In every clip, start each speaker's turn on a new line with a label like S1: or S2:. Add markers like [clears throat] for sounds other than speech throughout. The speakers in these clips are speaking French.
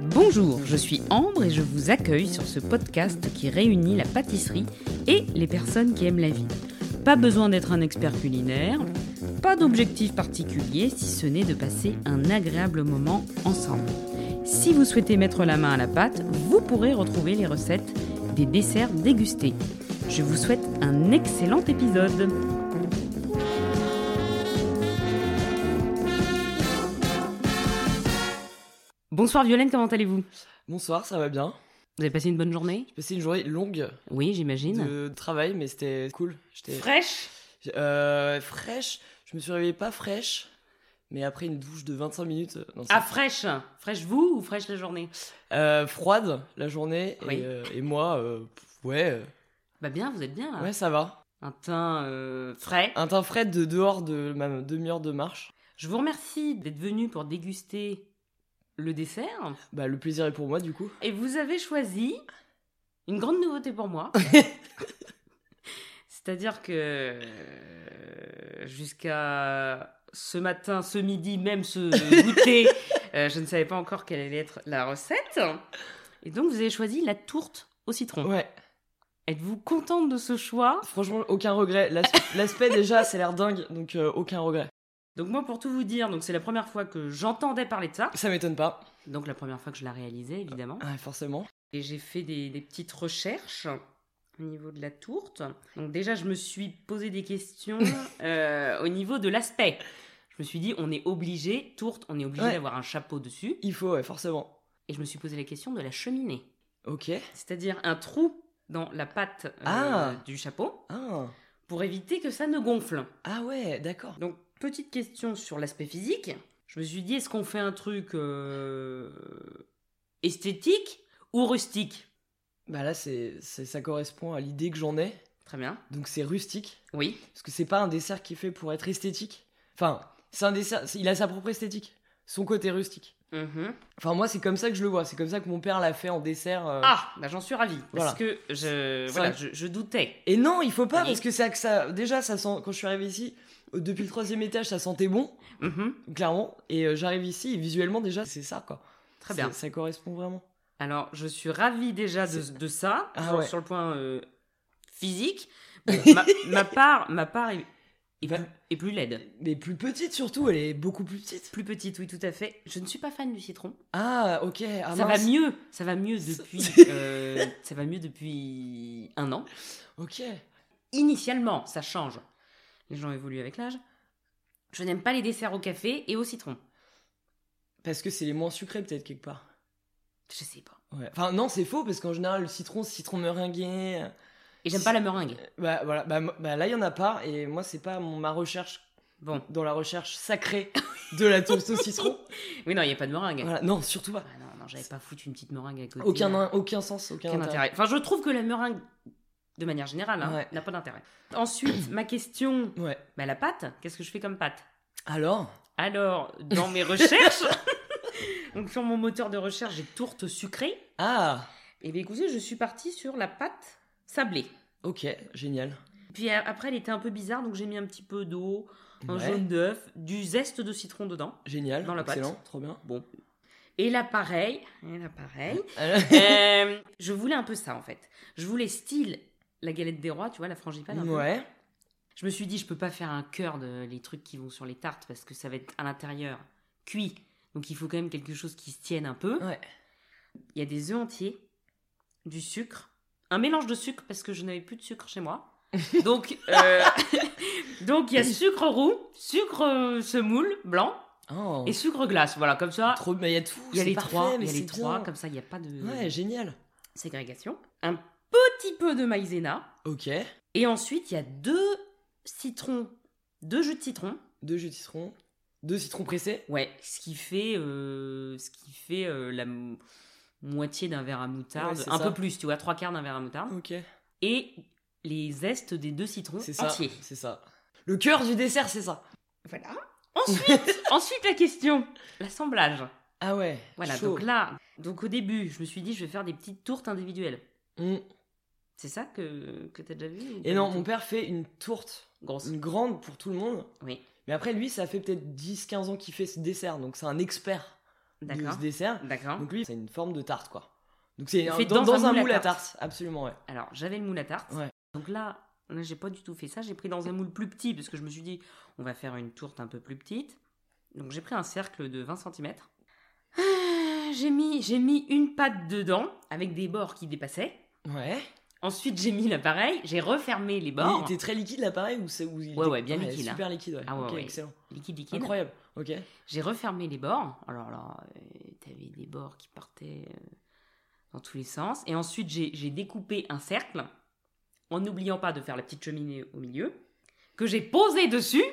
S1: Bonjour, je suis Ambre et je vous accueille sur ce podcast qui réunit la pâtisserie et les personnes qui aiment la vie. Pas besoin d'être un expert culinaire, pas d'objectif particulier si ce n'est de passer un agréable moment ensemble. Si vous souhaitez mettre la main à la pâte, vous pourrez retrouver les recettes des desserts dégustés. Je vous souhaite un excellent épisode. Bonsoir Violaine, comment allez-vous
S2: Bonsoir, ça va bien.
S1: Vous avez passé une bonne journée
S2: J'ai passé une journée longue
S1: Oui, j'imagine.
S2: de travail, mais c'était cool. J'étais
S1: Fraîche
S2: euh, fraîche. Je me suis réveillée pas fraîche, mais après une douche de 25 minutes. euh, non, c'est-
S1: Ah, fraîche Fraîche vous ou fraîche la journée
S2: Euh, froide la journée et,
S1: Oui.
S2: euh, et moi, euh, pff, ouais, euh,
S1: Bah bien, vous êtes bien là.
S2: ouais, ça va.
S1: Un teint euh, frais.
S2: Un teint frais de dehors de ma demi-heure de marche.
S1: Je vous remercie d'être venu pour déguster le dessert.
S2: Bah le plaisir est pour moi du coup.
S1: Et vous avez choisi une grande nouveauté pour
S2: [laughs]
S1: moi. C'est-à-dire que euh, jusqu'à ce matin, ce midi, même ce
S2: [laughs]
S1: goûter, euh, je ne savais pas encore quelle allait être la recette. Et donc vous avez choisi la tourte au citron.
S2: Ouais.
S1: Êtes-vous contente de ce choix
S2: Franchement, aucun regret. L'as- L'aspect déjà, c'est l'air dingue, donc euh, aucun regret.
S1: Donc moi, pour tout vous dire, donc c'est la première fois que j'entendais parler de ça.
S2: Ça m'étonne pas.
S1: Donc la première fois que je la réalisais, évidemment.
S2: Ouais, forcément.
S1: Et j'ai fait des, des petites recherches au niveau de la tourte. Donc déjà, je me suis posé des
S2: [laughs]
S1: questions euh, au niveau de l'aspect. Je me suis dit, on est obligé, tourte, on est obligé
S2: Ouais.
S1: d'avoir un chapeau dessus.
S2: Il faut, ouais, forcément.
S1: Et je me suis posé la question de la cheminée.
S2: Ok.
S1: C'est-à-dire un trou dans la patte euh,
S2: Ah.
S1: du chapeau
S2: Ah.
S1: pour éviter que ça ne gonfle.
S2: Ah ouais, d'accord.
S1: Donc, petite question sur l'aspect physique. Je me suis dit, est-ce qu'on fait un truc euh, esthétique ou rustique
S2: Bah là, c'est, c'est- ça correspond à l'idée que j'en ai.
S1: Très bien.
S2: Donc c'est rustique.
S1: Oui.
S2: Parce que c'est pas un dessert qui est fait pour être esthétique. Enfin, c'est un dessert. c'est- Il a sa propre esthétique. Son côté rustique.
S1: Mhm.
S2: Enfin, moi, c'est comme ça que je le vois. C'est comme ça que mon père l'a fait en dessert. euh.
S1: Ah, bah, j'en suis ravie.
S2: Voilà.
S1: Parce que je,
S2: Ça-
S1: voilà, je, je doutais.
S2: Et non, il faut pas,
S1: Oui.
S2: parce que ça, que ça. Déjà, ça sent. Quand je suis arrivé ici, euh, depuis le troisième étage, ça sentait bon,
S1: Mhm.
S2: clairement. Et euh, j'arrive ici, et visuellement, déjà, c'est ça, quoi.
S1: Très
S2: C'est-
S1: bien.
S2: Ça correspond vraiment.
S1: Alors, je suis ravie déjà de,
S2: C'est-
S1: de ça,
S2: Ah
S1: sur,
S2: ouais.
S1: sur le point euh, physique. Bon,
S2: [laughs]
S1: ma, ma part, ma part est, est
S2: Bah-
S1: plus, est plus laide.
S2: Mais plus petite, surtout, elle est beaucoup plus petite.
S1: Plus petite, oui, tout à fait. Je ne suis pas fan du citron.
S2: Ah, ok. ah,
S1: ça va
S2: mince.
S1: mieux, ça va mieux
S2: Ça- [laughs]
S1: depuis, euh, ça va mieux depuis un an.
S2: Ok.
S1: Initialement, ça change. Les gens évoluent avec l'âge. Je n'aime pas les desserts au café et au citron.
S2: Parce que c'est les moins sucrés, peut-être, quelque part.
S1: Je sais pas.
S2: Ouais. Enfin, non, c'est faux, parce qu'en général, le citron, c'est citron meringué.
S1: Et j'aime pas la meringue.
S2: Bah voilà, bah, mo- bah, là, il y en a pas, et moi, c'est pas mon- ma recherche,
S1: Bon,
S2: dans la recherche
S1: [laughs]
S2: sacrée de la tourte au citron.
S1: oui, non, il n'y a pas de meringue.
S2: Voilà, non, surtout pas.
S1: Ah non, non, j'avais pas foutu une petite meringue à côté.
S2: Aucun,
S1: là.
S2: in- aucun sens, aucun,
S1: Aucun intérêt. Enfin, je trouve que la meringue, de manière générale, hein,
S2: Ouais.
S1: n'a pas d'intérêt. Ensuite, ma question,
S2: [coughs] Ouais.
S1: bah, la pâte, qu'est-ce que je fais comme pâte
S2: Alors
S1: Alors, dans mes
S2: [laughs]
S1: recherches, donc sur mon moteur de recherche, j'ai tourte sucrée.
S2: Ah
S1: Et bien écoutez, je suis partie sur la pâte sablée.
S2: Ok, génial.
S1: Puis a- après, elle était un peu bizarre, donc j'ai mis un petit peu d'eau, un
S2: Ouais,
S1: jaune d'œuf, du zeste de citron dedans.
S2: Génial,
S1: dans la pâte.
S2: excellent, trop bien.
S1: Bon. Et là, pareil. Et là, pareil.
S2: Alors-
S1: Euh, je voulais un peu ça, en fait. Je voulais style la galette des rois, tu vois, la frangipane. un peu.
S2: ouais,
S1: Je me suis dit, je peux pas faire un cœur de les trucs qui vont sur les tartes parce que ça va être à l'intérieur cuit. Donc il faut quand même quelque chose qui se tienne un peu.
S2: ouais.
S1: Il y a des œufs entiers, du sucre, un mélange de sucre parce que je n'avais plus de sucre chez
S2: [laughs]
S1: moi. Donc euh, [laughs] donc il y a sucre roux, sucre euh, semoule blanc
S2: Oh,
S1: et sucre glace. Voilà, comme ça.
S2: trop bien, il y a de fou,
S1: Il y a
S2: c'est
S1: les
S2: parfait,
S1: trois, il
S2: mais
S1: y a les
S2: c'est
S1: trois,
S2: bien.
S1: comme ça il n'y a pas de
S2: Ouais, génial.
S1: ségrégation. Un petit peu de maïzena
S2: Ok,
S1: et ensuite il y a deux citrons, deux jus de citron.
S2: deux jus de citron, deux citrons pressés.
S1: Ouais, ce qui fait, euh, ce qui fait euh, la mo- moitié d'un verre à moutarde,
S2: Ouais, c'est
S1: un
S2: ça.
S1: peu plus, tu vois, trois quarts d'un verre à moutarde,
S2: Ok.
S1: et les zestes des deux citrons
S2: C'est ça.
S1: entiers.
S2: C'est ça. Le cœur du dessert, c'est ça.
S1: Voilà.
S2: [laughs]
S1: Ensuite, ensuite la question, l'assemblage.
S2: Ah ouais.
S1: Voilà,
S2: chaud.
S1: donc là, donc au début, je me suis dit, je vais faire des petites tourtes individuelles.
S2: Mm.
S1: C'est ça que, que t'as déjà vu ou pas
S2: Et non,
S1: du
S2: mon
S1: tout
S2: père fait une tourte,
S1: Grosse.
S2: une grande pour tout le monde.
S1: Oui.
S2: Mais après, lui, ça fait peut-être 10-15 ans qu'il fait ce dessert, donc c'est un expert de
S1: D'accord.
S2: ce dessert.
S1: D'accord.
S2: Donc lui, c'est une forme de tarte, quoi. Donc c'est
S1: Il
S2: un-
S1: fait
S2: dans, dans un moule à
S1: tarte.
S2: tarte, absolument, ouais.
S1: Alors, j'avais le moule à tarte.
S2: Ouais.
S1: Donc là, là, j'ai pas du tout fait ça. J'ai pris dans un moule plus petit parce que je me suis dit, on va faire une tourte un peu plus petite. Donc j'ai pris un cercle de 20 cm. J'ai mis, j'ai mis une pâte dedans avec des bords qui dépassaient.
S2: Ouais.
S1: Ensuite, j'ai mis l'appareil, j'ai refermé les bords.
S2: Il était très liquide l'appareil ou c'est où il
S1: Ouais,
S2: était-
S1: ouais, bien liquide, hein.
S2: Super liquide, ouais.
S1: Ah ouais,
S2: Ok,
S1: ouais.
S2: excellent.
S1: Liquide, liquide.
S2: Incroyable. Ok.
S1: J'ai refermé les bords. Alors là, euh, t'avais des bords qui partaient euh, dans tous les sens. Et ensuite, j'ai j'ai découpé un cercle en n'oubliant pas de faire la petite cheminée au milieu que j'ai posé dessus.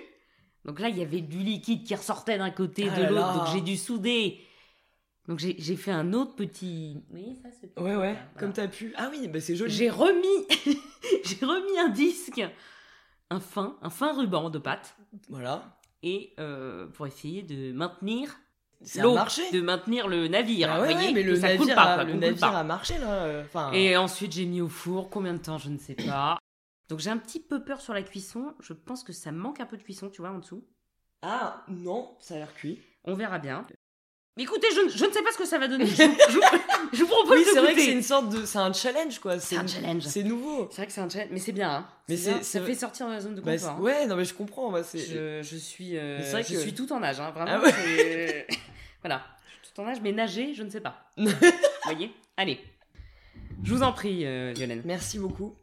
S1: Donc là, il y avait du liquide qui ressortait d'un côté,
S2: Ah
S1: de
S2: là
S1: l'autre.
S2: là.
S1: Donc j'ai dû souder. Donc j'ai j'ai fait un autre petit. Vous voyez ça, ce petit-
S2: Ouais, ouais.
S1: Voilà.
S2: Comme t'as pu. Ah oui, bah c'est joli.
S1: J'ai remis, [laughs] j'ai remis un disque, un fin, un fin ruban de pâte,
S2: Voilà.
S1: et euh, pour essayer de maintenir
S2: Ça a
S1: l'eau,
S2: marché.
S1: de maintenir le navire.
S2: Ah
S1: vous
S2: ouais,
S1: voyez,
S2: ouais, mais
S1: que
S2: le
S1: ça
S2: navire,
S1: coule pas,
S2: a,
S1: quoi,
S2: le
S1: qu'on coule
S2: navire
S1: pas.
S2: a marché là. euh, Enfin.
S1: Et ensuite, j'ai mis au four. Combien de temps, je ne sais pas. Donc j'ai un petit peu peur sur la cuisson. Je pense que ça manque un peu de cuisson, tu vois, en dessous.
S2: Ah non, ça a l'air cuit.
S1: On verra bien. Mais écoutez, je, ne- je ne sais pas ce que ça va donner. Je,
S2: [laughs]
S1: je- je vous propose
S2: Oui,
S1: de
S2: c'est vrai que
S1: goûter.
S2: c'est une sorte de. C'est un challenge quoi.
S1: C'est un challenge.
S2: C'est nouveau.
S1: C'est vrai que c'est un challenge, mais c'est bien. hein.
S2: Mais
S1: C'est
S2: c'est-
S1: bien, ça
S2: c'est-
S1: fait sortir de la zone de
S2: Bah,
S1: confort.
S2: c'est-
S1: hein.
S2: ouais, non mais je comprends. Bah, c'est-
S1: je, je suis, euh,
S2: Mais c'est vrai
S1: je
S2: que-
S1: suis tout en nage, hein, vraiment.
S2: Ah ouais.
S1: c'est- [laughs] voilà, je suis tout en nage, mais nager, je ne sais
S2: [laughs]
S1: pas. Vous voyez Allez, je vous en prie, euh, Violaine.
S2: Merci beaucoup.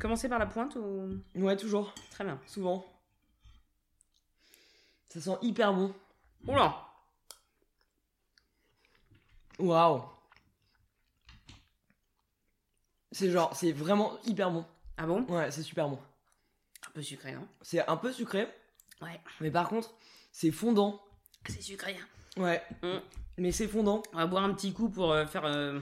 S1: Commencez par la pointe ou
S2: Ouais, toujours,
S1: très bien.
S2: souvent. Ça sent hyper bon.
S1: Oula,
S2: Waouh. C'est genre, c'est vraiment hyper bon.
S1: ah bon
S2: Ouais, c'est super bon.
S1: Un peu sucré, non
S2: C'est un peu sucré.
S1: Ouais.
S2: Mais par contre, c'est fondant.
S1: C'est sucré.
S2: Ouais.
S1: Mm.
S2: Mais c'est fondant.
S1: On va boire un petit coup pour euh, faire euh,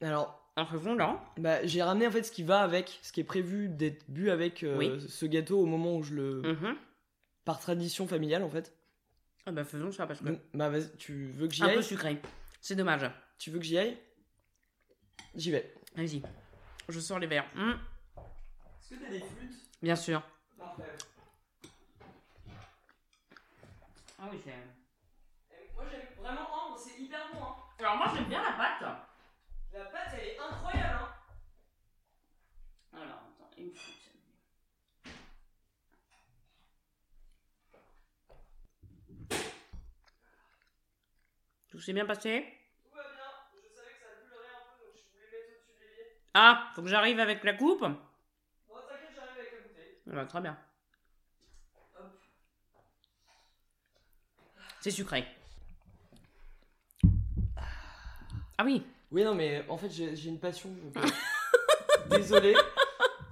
S2: Alors,
S1: un refondant.
S2: bah, j'ai ramené en fait ce qui va avec, ce qui est prévu d'être bu avec euh,
S1: Oui.
S2: ce gâteau au moment où je le.
S1: Mhm.
S2: Par tradition familiale en fait.
S1: Ah bah faisons ça parce que
S2: Donc, bah, vas-y, tu veux que j'y
S1: un
S2: aille
S1: peu sucré. C'est dommage.
S2: Tu veux que j'y aille J'y vais.
S1: Vas-y, je sors les verres. Hum,
S2: Est-ce que t'as des flûtes
S1: Bien sûr.
S2: Parfait.
S1: Ah oui, c'est.
S2: Eh, Moi j'aime vraiment ambre, c'est hyper bon. Hein.
S1: Alors moi j'aime bien la pâte.
S2: La pâte elle est incroyable. Hein.
S1: Alors, attends, une minute. Tout s'est bien passé
S2: Tout va bien, je savais que ça bullerait un peu donc je voulais mettre au-dessus des liens.
S1: Ah, faut que j'arrive avec la coupe Ah
S2: Bon, t'inquiète, j'arrive avec la bouteille.
S1: bah, Très bien. C'est sucré. Ah oui,
S2: Oui, non, mais en fait j'ai j'ai une passion. donc, euh, [laughs] Désolé.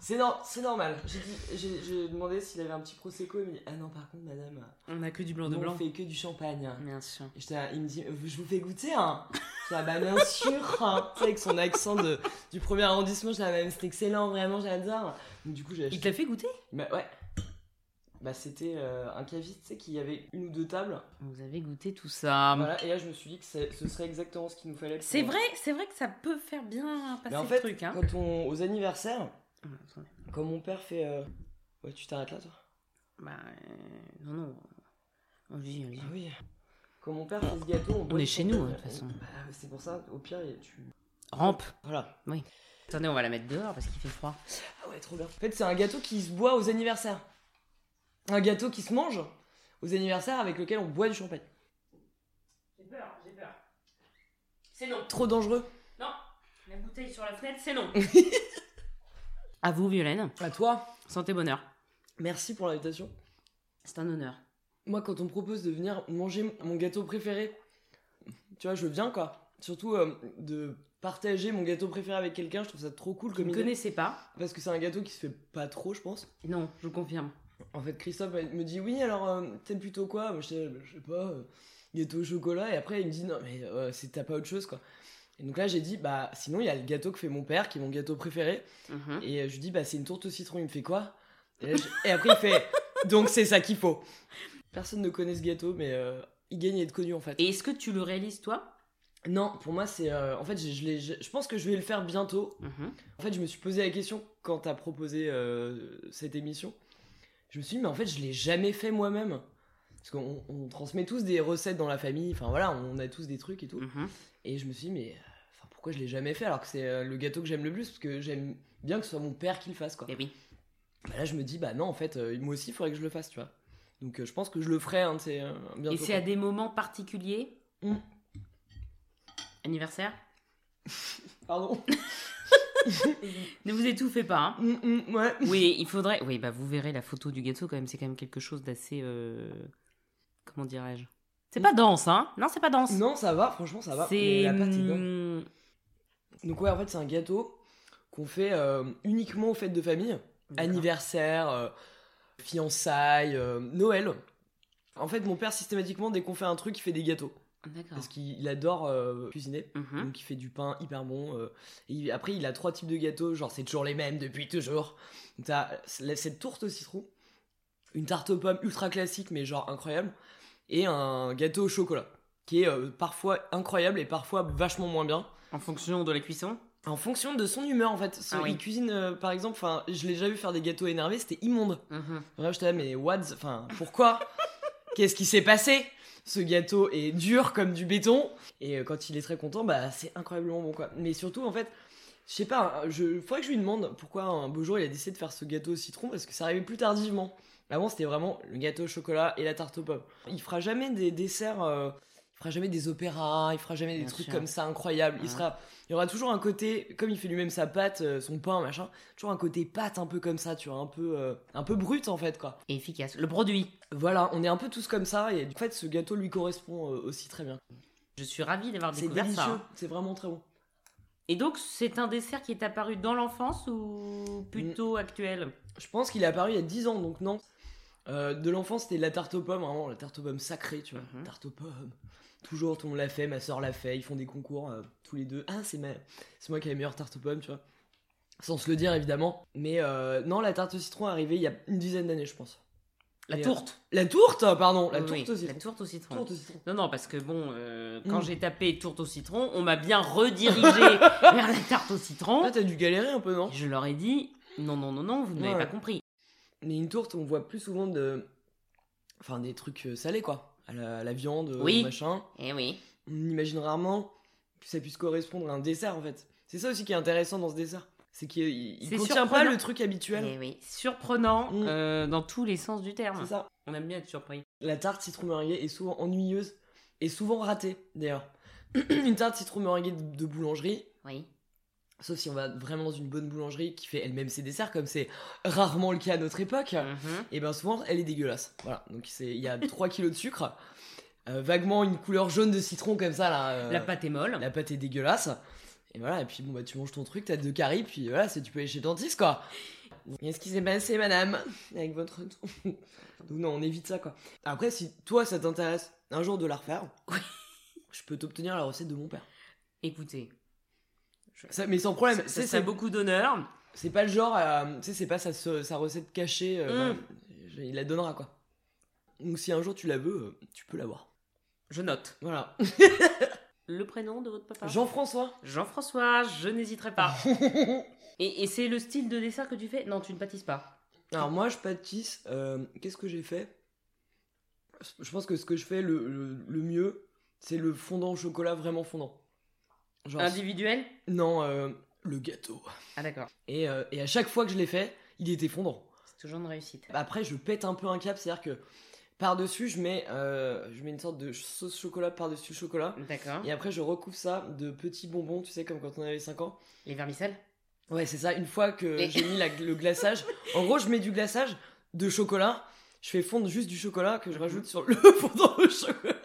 S2: C'est nor- c'est normal. J'ai dit- J'ai j'ai demandé s'il avait un petit prosecco. Il me dit Ah non, par contre, madame,
S1: on a que du blanc de
S2: nous, on
S1: blanc.
S2: fait que du champagne.
S1: Bien sûr.
S2: Et j'étais là, il me dit, euh, je vous fais goûter, hein J'étais là, bah bien sûr, hein. Tu sais, avec son accent de, du premier arrondissement, j'étais là, bah, c'était excellent, vraiment, j'adore. Donc du coup, j'ai
S1: Il
S2: acheté.
S1: te l'a fait goûter
S2: Bah ouais. Bah c'était euh, un caviste, tu sais, qui avait une ou deux tables.
S1: Vous avez goûté tout ça.
S2: Voilà, et là, je me suis dit que c'est- ce serait exactement ce qu'il nous fallait. pour-
S1: C'est vrai, c'est vrai que ça peut faire bien passer
S2: Mais en fait,
S1: le truc. Hein.
S2: quand on, aux anniversaires,
S1: Ah, attendez.
S2: quand mon père fait. euh, Ouais, tu t'arrêtes là, toi
S1: Bah, euh, non, non. Allez-y, allez-y.
S2: Ah oui. Quand mon père fait ce gâteau, on, boit
S1: est
S2: du
S1: chez nous,
S2: champagne.
S1: hein, de toute façon.
S2: Bah, c'est pour ça, au pire, tu.
S1: Rampe.
S2: Voilà.
S1: Attendez, on va la mettre dehors parce qu'il fait froid.
S2: Ah ouais, trop bien. En fait, c'est un gâteau qui se boit aux anniversaires. Un gâteau qui se mange aux anniversaires avec lequel on boit du champagne.
S1: J'ai peur, j'ai peur. C'est long.
S2: Trop dangereux.
S1: Non, la bouteille sur la fenêtre, c'est long. [laughs] à vous, Violaine.
S2: À toi,
S1: Santé, bonheur.
S2: merci pour l'invitation.
S1: C'est un honneur.
S2: Moi, quand on me propose de venir manger mon gâteau préféré, tu vois, je viens quoi. Surtout euh, de partager mon gâteau préféré avec quelqu'un, je trouve ça trop cool
S1: Vous
S2: comme
S1: ne
S2: idée.
S1: connaissez pas
S2: Parce que c'est un gâteau qui se fait pas trop, je pense.
S1: Non, je confirme.
S2: En fait, Christophe elle me dit oui, alors euh, t'aimes plutôt quoi Moi, Je dis, je sais pas, euh, gâteau au chocolat. Et après, il me dit non, mais euh, c'est t'as pas autre chose quoi. Et donc là, j'ai dit bah sinon, il y a le gâteau que fait mon père, qui est mon gâteau préféré.
S1: Mhm.
S2: Et euh, je lui dis bah c'est une tourte au citron. Il me fait quoi et, là, je- et après, il fait donc c'est ça qu'il faut. Personne ne connaît ce gâteau, mais euh, il gagne à être connu en fait.
S1: Et est-ce que tu le réalises, toi
S2: Non, pour moi, c'est euh, en fait, je, je l'ai- je- je pense que je vais le faire bientôt.
S1: Mhm.
S2: En fait, je me suis posé la question quand t'as proposé euh, cette émission. Je me suis dit, mais en fait, je l'ai jamais fait moi-même. Parce qu'on on transmet tous des recettes dans la famille, enfin voilà, on a tous des trucs et tout.
S1: Mhm.
S2: Et je me suis dit, mais euh, enfin, pourquoi je l'ai jamais fait alors que c'est euh, le gâteau que j'aime le plus Parce que j'aime bien que ce soit mon père qui le fasse, quoi.
S1: Eh oui.
S2: Bah là, je me dis, bah non, en fait, euh, moi aussi, il faudrait que je le fasse, tu vois. Donc euh, je pense que je le ferai, hein, c'est euh, bientôt.
S1: Et c'est
S2: quoi.
S1: à des moments particuliers
S2: Mm.
S1: Anniversaire [laughs]
S2: Pardon. [laughs]
S1: Ne vous étouffez pas. hein.
S2: Mm, mm, ouais.
S1: Oui, il faudrait. Oui, bah vous verrez la photo du gâteau quand même. C'est quand même quelque chose d'assez. euh, Comment dirais-je C'est pas dense, hein Non, c'est pas dense.
S2: Non, ça va, franchement, ça va. Mais
S1: c'est.
S2: la pâte est bonne.
S1: hum,
S2: Donc ouais, en fait, c'est un gâteau qu'on fait euh, uniquement aux fêtes de famille, anniversaire, euh, fiançailles, euh, Noël. En fait, mon père systématiquement dès qu'on fait un truc, il fait des gâteaux
S1: D'accord.
S2: parce qu'il adore euh, cuisiner.
S1: Mhm.
S2: Donc il fait du pain hyper bon. euh, et il- après, il a trois types de gâteaux, genre c'est toujours les mêmes depuis toujours. Donc, T'as la- cette tourte au citron, une tarte aux pommes ultra classique mais genre incroyable, et un gâteau au chocolat qui est euh, parfois incroyable et parfois vachement moins bien.
S1: En fonction de la cuisson
S2: En fonction de son humeur en fait. Ce-
S1: Ah oui.
S2: Il cuisine euh, par exemple, enfin, je l'ai déjà vu faire des gâteaux énervés, c'était immonde.
S1: Mhm.
S2: Vraiment, j'étais là, mais what the- Enfin,
S1: [laughs]
S2: pourquoi Qu'est-ce qui s'est passé Ce gâteau est dur comme du béton. Et euh, quand il est très content, bah c'est incroyablement bon quoi. Mais surtout en fait, je sais pas, hein, je faudrait que je lui demande pourquoi un beau jour il a décidé de faire ce gâteau au citron parce que ça arrivait plus tardivement. Avant c'était vraiment le gâteau au chocolat et la tarte aux pommes. Il fera jamais des desserts, euh, il fera jamais des opéras, il fera jamais des
S1: Bien
S2: trucs
S1: sûr.
S2: comme ça incroyables.
S1: Ouais.
S2: Il sera, il y aura toujours un côté, comme il fait lui-même sa pâte, euh, son pain machin, toujours un côté pâte un peu comme ça, tu vois, un peu, euh, un peu brut en fait quoi.
S1: Et efficace. Le produit.
S2: Voilà, on est un peu tous comme ça et en fait ce gâteau lui correspond euh, aussi très bien.
S1: Je suis ravie d'avoir
S2: C'est
S1: découvert
S2: délicieux,
S1: ça. hein.
S2: c'est vraiment très bon.
S1: Et donc, c'est un dessert qui est apparu dans l'enfance ou
S2: Mm.
S1: plutôt actuel
S2: Je pense qu'il est apparu il y a 10 ans, donc non. Euh, de l'enfance, c'était de la tarte aux pommes, vraiment, la tarte aux pommes sacrée, tu vois.
S1: Mhm.
S2: Tarte aux pommes. Toujours, tout le monde l'a fait, ma soeur l'a fait, ils font des concours euh, tous les deux. Ah, c'est ma... c'est moi qui ai la meilleure tarte aux pommes, tu vois. Sans se le dire, évidemment. Mais euh, non, la tarte au citron est arrivée il y a une dizaine d'années, je pense.
S1: La
S2: Et, euh,
S1: tourte.
S2: La tourte, pardon, la
S1: Oui, oui,
S2: tourte au citron.
S1: La tourte au citron.
S2: Tourte au citron.
S1: Non, non, parce que bon, euh, quand
S2: Mm.
S1: j'ai tapé tourte au citron, on m'a bien redirigé
S2: [laughs]
S1: vers la tarte au
S2: Ah,
S1: citron.
S2: t'as dû galérer un peu, non
S1: Je leur ai dit, non, non, non, non, vous n'avez
S2: Ouais.
S1: pas compris.
S2: Mais une tourte, on voit plus souvent de. Enfin, des trucs euh, salés, quoi. À la, à la viande, euh,
S1: Oui.
S2: machin.
S1: Eh oui.
S2: On imagine rarement que ça puisse correspondre à un dessert, en fait. C'est ça aussi qui est intéressant dans ce dessert. C'est qu'il il
S1: C'est
S2: contient pas
S1: surprenant.
S2: le truc habituel.
S1: Eh oui. Surprenant
S2: Mm.
S1: euh, dans tous les sens du terme.
S2: C'est ça.
S1: On aime bien être surpris.
S2: La tarte citron meringuée est souvent ennuyeuse et souvent ratée, d'ailleurs. [clears throat] une tarte citron meringuée de, de boulangerie,
S1: Oui.
S2: sauf si on va vraiment dans une bonne boulangerie qui fait elle-même ses desserts, comme c'est rarement le cas à notre époque.
S1: Mhm.
S2: et bien souvent elle est dégueulasse. Voilà, donc c'est- il y a [laughs] 3 kilos de sucre, euh, vaguement une couleur jaune de citron comme ça là. euh,
S1: La pâte est molle.
S2: la pâte est dégueulasse. Et voilà, et puis bon bah tu manges ton truc, t'as deux caries, puis voilà, c'est tu peux aller chez le dentiste quoi. Qu'est-ce qui s'est passé madame avec votre [laughs] Donc non, on évite ça quoi. Après si toi ça t'intéresse un jour de la refaire,
S1: Oui.
S2: je peux t'obtenir la recette de mon père.
S1: Écoutez,
S2: Ça- mais sans problème,
S1: ça
S2: c'est
S1: serait
S2: c'est
S1: beaucoup d'honneur.
S2: c'est pas le genre, à- tu sais, c'est pas sa, sa recette cachée. euh,
S1: Mm.
S2: je- il la donnera quoi. Donc si un jour tu la veux, euh, tu peux l'avoir.
S1: Je note.
S2: Voilà.
S1: Le prénom de votre
S2: Ah.
S1: papa
S2: Jean-François. [laughs]
S1: Jean-François, je n'hésiterai pas. et et c'est le style de dessert que tu fais Non, tu ne pâtisses pas.
S2: Alors moi je pâtisse. euh, Qu'est-ce que j'ai fait Je pense que ce que je fais le, le- le mieux, c'est le fondant au chocolat vraiment fondant. Genre
S1: Individuel
S2: non euh, le gâteau.
S1: Ah d'accord.
S2: Et, euh, et à chaque fois que je l'ai fait, il était fondant. Bah,
S1: C'est toujours une réussite.
S2: Après, je pète un peu un cap, c'est-à-dire que par-dessus, je, mets, euh, je mets une sorte de sauce chocolat par-dessus chocolat.
S1: D'accord.
S2: Et après, je recouvre ça de petits bonbons, tu sais, comme quand on avait 5 ans.
S1: Les vermicelles
S2: Ouais, c'est ça, une fois que
S1: Et-
S2: j'ai mis la- le glaçage. En gros, je mets du glaçage de chocolat. Je fais fondre juste du chocolat que je
S1: Mhm.
S2: rajoute sur le [laughs] fondant au chocolat.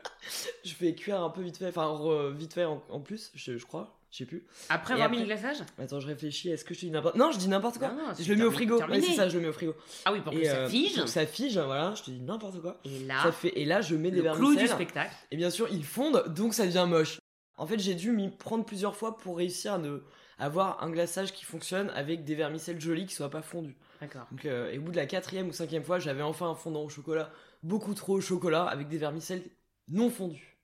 S2: Je fais cuire un peu vite fait, enfin re- vite fait en, en plus, je, je crois, je sais plus.
S1: Après
S2: Et
S1: avoir mis
S2: après-
S1: le glaçage
S2: Attends, je réfléchis, est-ce que je te dis n'importe Non, je dis n'importe quoi.
S1: Non, non,
S2: je
S1: c'est
S2: le mets au
S1: termi-
S2: frigo. Ouais,
S1: terminé.
S2: c'est ça, je le mets au frigo.
S1: Ah oui, pour que
S2: Et,
S1: ça
S2: euh,
S1: fige.
S2: pour que ça fige, voilà, je te dis n'importe quoi.
S1: Et là,
S2: Ça fait... Et là, je mets des
S1: le clou du
S2: vermicelles.
S1: spectacle.
S2: Et bien sûr, ils fondent, donc ça devient moche. En fait, j'ai dû m'y prendre plusieurs fois pour réussir à ne... avoir un glaçage qui fonctionne avec des vermicelles jolies qui soient pas fondues.
S1: D'accord.
S2: Donc, euh, et au bout de la quatrième ou cinquième fois, j'avais enfin un fondant au chocolat, beaucoup trop au chocolat, avec des vermicelles non fondues.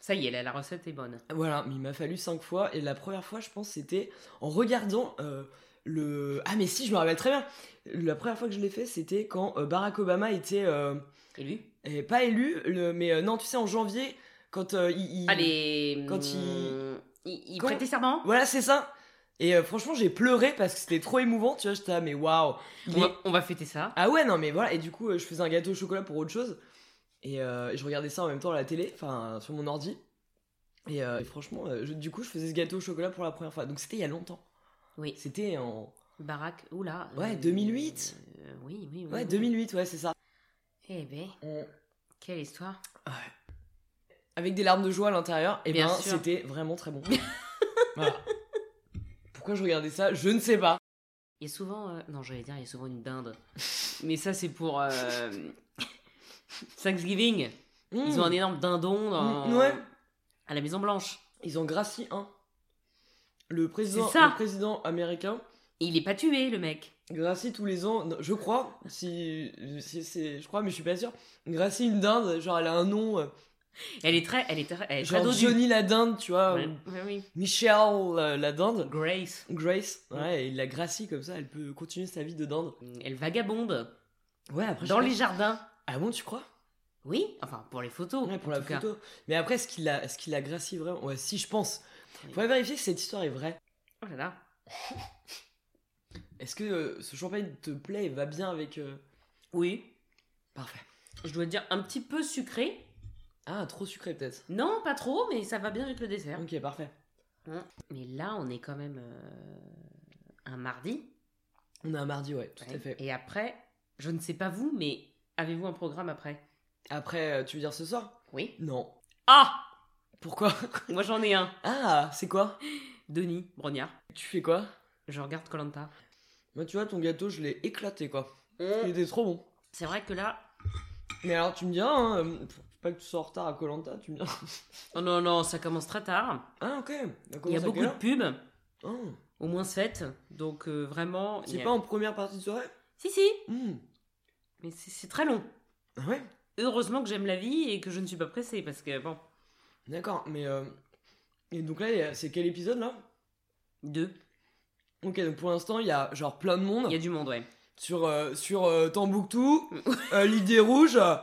S1: Ça y est, là, la recette est bonne.
S2: Voilà, mais il m'a fallu cinq fois, et la première fois, je pense, c'était en regardant euh, le ah mais si je me rappelle très bien la première fois que je l'ai fait c'était quand euh, Barack Obama était euh,
S1: Et lui
S2: eh, pas élu le... mais euh, non tu sais en janvier quand euh, il, il-
S1: Allez.
S2: Quand
S1: hum, Il, il
S2: Quand-
S1: prêtait serment
S2: voilà c'est ça et euh, franchement j'ai pleuré parce que c'était trop émouvant tu vois j'étais là mais waouh il
S1: on,
S2: est-
S1: va, on va fêter ça.
S2: ah ouais non mais voilà et du coup euh, je faisais un gâteau au chocolat pour autre chose et euh, je regardais ça en même temps à la télé enfin sur mon ordi et, euh, et franchement euh, je- du coup je faisais ce gâteau au chocolat pour la première fois donc c'était il y a longtemps
S1: Oui.
S2: c'était en
S1: Barack, oula.
S2: Ouais, 2008.
S1: euh, oui, oui, oui.
S2: ouais
S1: oui.
S2: 2008 ouais c'est ça
S1: Eh ben,
S2: On-
S1: quelle histoire.
S2: avec des larmes de joie à l'intérieur, et
S1: Bien
S2: bien
S1: sûr.
S2: c'était vraiment
S1: [laughs]
S2: très bon. voilà. Pourquoi je regardais ça Je ne sais pas.
S1: Il y a souvent. euh, Non, j'allais dire, il y a souvent une dinde. Mais ça, c'est pour. euh, [laughs] Thanksgiving. Ils ont un énorme dindon dans-
S2: Mm, ouais.
S1: à la Maison Blanche.
S2: Ils ont gracié un. Le président,
S1: C'est ça.
S2: le président américain
S1: Et il est pas tué, le mec.
S2: gracie tous les ans, non, je crois, si, si c'est, je crois, mais je suis pas sûr. Gracie une dinde, genre elle a un nom, euh,
S1: Elle est très. Elle est très, elle est très
S2: genre
S1: dodue.
S2: Johnny la dinde, tu vois,
S1: Ouais,
S2: ou
S1: ouais, oui.
S2: Michelle euh, la dinde,
S1: Grace.
S2: Grace, ouais, et il la gracie comme ça, elle peut continuer sa vie de dinde.
S1: Elle vagabonde
S2: Ouais, après. je
S1: dans
S2: sais
S1: les
S2: pas.
S1: jardins.
S2: Ah bon, tu crois
S1: Oui, enfin pour les photos.
S2: Ouais, pour
S1: en
S2: la
S1: tout cas.
S2: photo. Mais après, est-ce qu'il a, est-ce qu'il a gracie vraiment Ouais, si, je pense. Faudrait vérifier que cette histoire est vraie.
S1: Oh là là.
S2: Est-ce que euh, ce champagne te plaît et va bien avec. euh,
S1: Oui,
S2: Parfait.
S1: je dois dire un petit peu sucré.
S2: Ah, trop sucré peut-être.
S1: Non, pas trop, mais ça va bien avec le dessert.
S2: Ok, parfait.
S1: Mais là, on est quand même euh, un mardi.
S2: On a un mardi, ouais, tout à
S1: Ouais.
S2: fait.
S1: Et après, je ne sais pas vous, mais avez-vous un programme après
S2: Après, euh, tu veux dire ce soir
S1: Oui.
S2: Non.
S1: Ah [laughs]
S2: Pourquoi
S1: Moi j'en ai un.
S2: Ah, c'est quoi
S1: Denis Brognard.
S2: Tu fais quoi
S1: Je regarde Colanta.
S2: Moi, tu vois, ton gâteau, je l'ai éclaté quoi.
S1: Mm.
S2: Il était trop bon.
S1: C'est vrai que là.
S2: Mais alors, tu me diras, hein, euh, faut pas que tu sois en retard à Colanta, tu
S1: [laughs]
S2: me diras.
S1: Oh non, non, ça commence très tard.
S2: Ah, ok.
S1: Il y a beaucoup de pubs,
S2: Oh.
S1: au moins 7. Donc euh, vraiment. il y
S2: C'est
S1: a-
S2: pas en première partie de soirée
S1: Si, si,
S2: Hmm.
S1: mais c'est c'est très long.
S2: Ah Ouais.
S1: Heureusement que j'aime la vie et que je ne suis pas pressée parce que bon,
S2: D'accord, mais. euh, Et donc là, il y a- c'est quel épisode là
S1: deux,
S2: Ok, donc pour l'instant, il y a genre plein de monde
S1: il y a du monde, ouais.
S2: sur, euh, sur
S1: [laughs]
S2: euh, Tambouctou, euh, l'idée rouge. euh,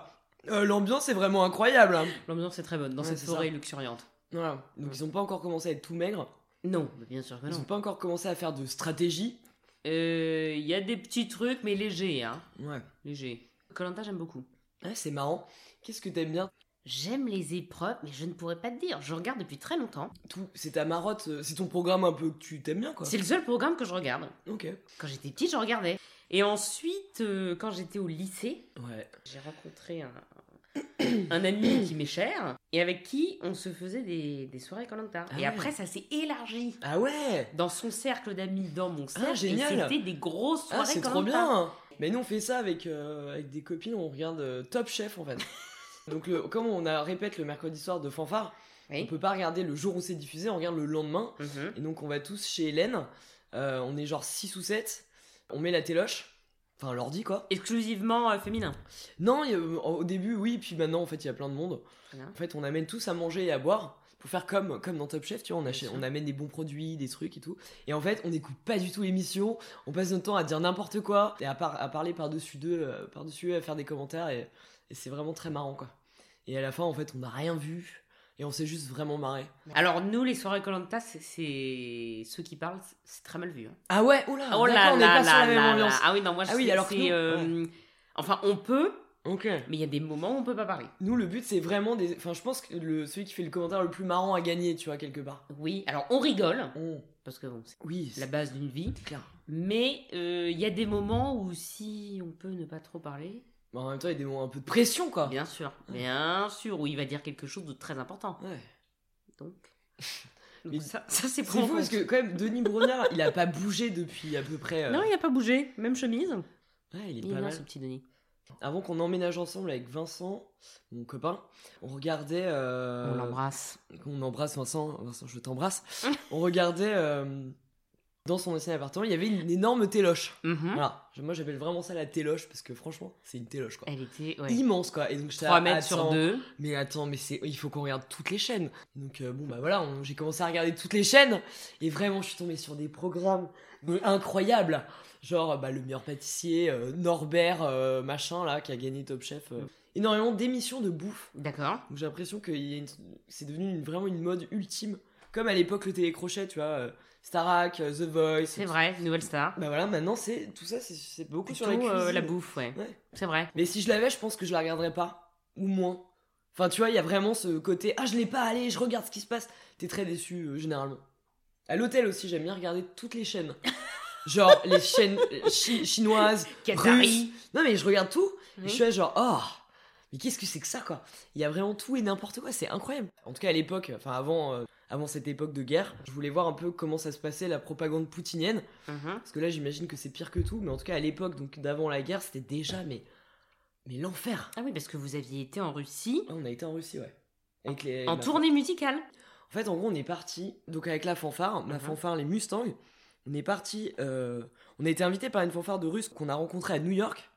S2: euh, L'ambiance est vraiment incroyable. hein.
S1: L'ambiance est très bonne dans
S2: Ouais,
S1: cette
S2: c'est
S1: forêt luxuriante.
S2: Voilà, donc ils ont pas encore commencé à être tout maigres,
S1: Non, mais bien sûr que
S2: ils ont
S1: non.
S2: pas encore commencé à faire de stratégie.
S1: Euh, Il y a des petits trucs, mais légers, hein.
S2: Ouais,
S1: Légers. Colanta, j'aime beaucoup.
S2: Ouais, Ah, c'est marrant. Qu'est-ce que t'aimes bien
S1: J'aime les épreuves, mais je ne pourrais pas te dire. Je regarde depuis très longtemps.
S2: Tout, C'est ta marotte, euh, c'est ton programme un peu que tu t'aimes bien quoi.
S1: C'est le seul programme que je regarde.
S2: Ok.
S1: Quand j'étais petite, je regardais. Et ensuite, euh, quand j'étais au lycée,
S2: Ouais.
S1: j'ai rencontré un, [coughs] un ami qui m'est cher et avec qui on se faisait des, des soirées Colanta.
S2: Ah
S1: et
S2: ouais.
S1: après, ça s'est élargi.
S2: Ah ouais
S1: dans son cercle d'amis, dans mon cercle. et
S2: Ah, génial.
S1: C'était des grosses soirées.
S2: Ah, c'est
S1: Koh-Lanta.
S2: trop bien Mais nous, on fait ça avec, euh, avec des copines, on regarde euh, Top Chef, en fait. Donc, le, comme on a, répète le mercredi soir de fanfare,
S1: Oui.
S2: on peut pas regarder le jour où c'est diffusé, on regarde le lendemain.
S1: Mhm.
S2: Et donc, on va tous chez Hélène, Euh, on est genre 6 ou 7, on met la téloche, enfin l'ordi, quoi.
S1: Exclusivement euh, féminin.
S2: Non, il y a- euh, au début, oui, puis maintenant, en fait, il y a plein de monde.
S1: Très bien.
S2: En fait, on amène tous à manger et à boire pour faire comme, comme dans Top Chef, tu vois, on,
S1: Bien
S2: achète,
S1: sûr.
S2: on amène des bons produits, des trucs et tout. Et en fait, on n'écoute pas du tout l'émission, on passe notre temps à dire n'importe quoi et à, par- à parler par-dessus d'eux, euh, par-dessus eux, à faire des commentaires et, et c'est vraiment très marrant quoi. Et à la fin, en fait, on n'a rien vu et on s'est juste vraiment marré.
S1: Alors, nous, les soirées Colanta, c'est ceux qui parlent, c'est très mal vu. hein.
S2: Ah ouais, oh là, d'accord, on n'est pas sur la même ambiance.
S1: Ah oui, non, moi, je
S2: Ah oui,
S1: sais-
S2: alors que
S1: c'est,
S2: nous,
S1: euh, Enfin, on peut,
S2: Ok.
S1: mais il y a des moments où on peut pas parler.
S2: Nous, le but, c'est vraiment des. Enfin, je pense que le, celui qui fait le commentaire le plus marrant a gagné, tu vois, quelque part.
S1: Oui, alors on rigole,
S2: On-
S1: parce que bon, c'est
S2: Oui,
S1: la
S2: c'est
S1: base d'une vie.
S2: clair.
S1: Mais euh, il y a des moments où si on peut ne pas trop parler,
S2: Mais en même temps, il y a des moments un peu de pression quoi.
S1: bien sûr, bien sûr, où il va dire quelque chose de très important.
S2: Ouais. [laughs]
S1: Donc, donc
S2: Mais
S1: ça, ça c'est
S2: C'est
S1: pour
S2: fou parce que quand même Denis Brognard il a pas bougé depuis à peu près. euh,
S1: Non, il n'a pas bougé. Même chemise.
S2: ouais, il est
S1: Il est
S2: pas
S1: bien
S2: mal.
S1: ce petit Denis.
S2: Avant qu'on emménage ensemble avec Vincent, mon copain, on regardait. euh,
S1: On l'embrasse.
S2: hein,
S1: Hein
S2: On embrasse Vincent, Vincent je t'embrasse. on regardait euh, dans son ancien appartement, il y avait une énorme téloche.
S1: Mhm.
S2: Voilà. Je- Moi, j'appelle vraiment ça la téloche parce que franchement, c'est une téloche quoi.
S1: Elle était Eh ouais,
S2: Immense quoi. Et donc, j'étais
S1: 3
S2: là,
S1: mètres sur
S2: attends,
S1: 2.
S2: Mais attends, mais c'est, il faut qu'on regarde toutes les chaînes. Donc euh, bon bah voilà, on- j'ai commencé à regarder toutes les chaînes et vraiment je suis tombée sur des programmes mais incroyables, genre bah le meilleur pâtissier, euh, Norbert euh, machin là qui a gagné Top Chef, euh. énormément d'émissions de bouffe.
S1: D'accord.
S2: Donc j'ai l'impression que il y a une- c'est devenu une- vraiment une mode ultime, comme à l'époque le télécrochet, tu vois, euh, Starac, euh, The Voice.
S1: C'est vrai, nouvelle star.
S2: Bah voilà, maintenant c'est tout ça, c'est, c'est beaucoup
S1: Plutôt
S2: sur la
S1: euh,
S2: cuisine.
S1: la bouffe, ouais.
S2: Ouais.
S1: C'est vrai.
S2: Mais si je l'avais, je pense que je la regarderais pas. Ou moins. Enfin, tu vois, il y a vraiment ce côté Ah, je l'ai pas, allez, je regarde ce qui se passe. T'es très déçu, euh, généralement. À l'hôtel aussi, j'aime bien regarder toutes les chaînes. Genre, les chaînes euh, chi- chinoises.
S1: Qatari.
S2: Non, mais je regarde tout.
S1: Oui.
S2: Et Je suis là, genre, oh mais qu'est-ce que c'est que ça, quoi Il y a vraiment tout et n'importe quoi, c'est incroyable. En tout cas, à l'époque, enfin avant, euh, avant cette époque de guerre, je voulais voir un peu comment ça se passait la propagande poutinienne.
S1: Mhm.
S2: Parce que là, j'imagine que c'est pire que tout, mais en tout cas, à l'époque, donc d'avant la guerre, c'était déjà, mais, mais l'enfer.
S1: Ah oui, parce que vous aviez été en Russie
S2: Ah, On a été en Russie, ouais. Avec les,
S1: en
S2: ma-
S1: tournée musicale.
S2: En fait, en gros, on est parti, donc avec la fanfare, ma
S1: Mhm.
S2: fanfare, les Mustangs, on est parti, euh, on a été invité par une fanfare de Russes qu'on a rencontrée à New York,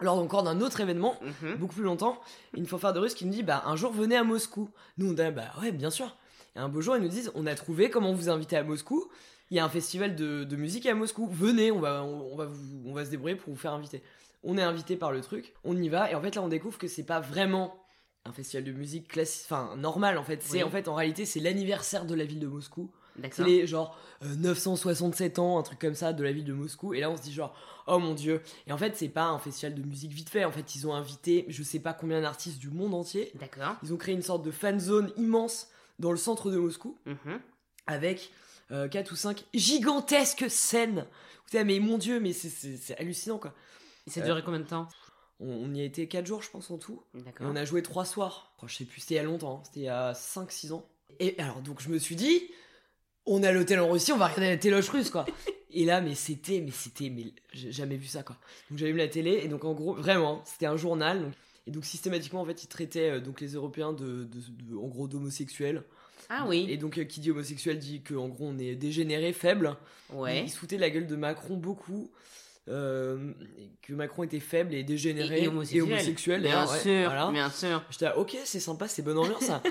S2: lors encore d'un autre événement,
S1: Mhm.
S2: beaucoup plus longtemps, une fanfare de Russes qui nous dit, bah, un jour, venez à Moscou. Nous, on dit, bah, ouais, bien sûr. Et un beau jour, ils nous disent, on a trouvé comment vous inviter à Moscou. Il y a un festival de, de musique à Moscou. Venez, on va, on, on va vous- on va se débrouiller pour vous faire inviter. On est invité par le truc, on y va, et en fait, là, on découvre que c'est pas vraiment un festival de musique classique, enfin, normal, en fait. C'est,
S1: Oui.
S2: en fait, en réalité, c'est l'anniversaire de la ville de Moscou. C'est
S1: D'accord.
S2: les genre euh, 967 ans, un truc comme ça, de la ville de Moscou. Et là, on se dit genre, oh mon dieu. Et en fait, c'est pas un festival de musique vite fait. En fait, ils ont invité, je sais pas combien d'artistes du monde entier.
S1: D'accord.
S2: Ils ont créé une sorte de fan zone immense dans le centre de Moscou
S1: Mhm.
S2: avec 4 ou 5 gigantesques scènes. Putain, mais mon dieu, mais c'est- c'est c'est hallucinant quoi.
S1: Et ça
S2: Euh,
S1: a duré combien de temps
S2: On, on y a été 4 jours, je pense, en tout. Et
S1: D'accord.
S2: on a joué trois soirs. Enfin, je sais plus, c'était il y a longtemps, hein. c'était il y a 5-6 ans. Et alors, donc je me suis dit, on est à l'hôtel en Russie, on va regarder la téloche
S1: [laughs]
S2: russe, quoi. et là, mais c'était, mais c'était, mais j'ai jamais vu ça, quoi. Donc j'avais vu la télé, et donc en gros, vraiment, hein, c'était un journal. donc- et donc systématiquement, en fait, ils traitaient euh, donc, les Européens de, de- de- en gros d'homosexuels.
S1: Ah oui.
S2: Et donc, euh, qui dit homosexuel dit qu'en gros, on est dégénéré, faible.
S1: Ouais.
S2: Ils sautaient la gueule de Macron beaucoup. euh, et que Macron était faible et dégénéré
S1: Et- et homosexuel. Bien
S2: d'ailleurs, ouais,
S1: sûr,
S2: voilà.
S1: bien sûr.
S2: J'étais là, ok, c'est sympa, c'est bonne ambiance ça.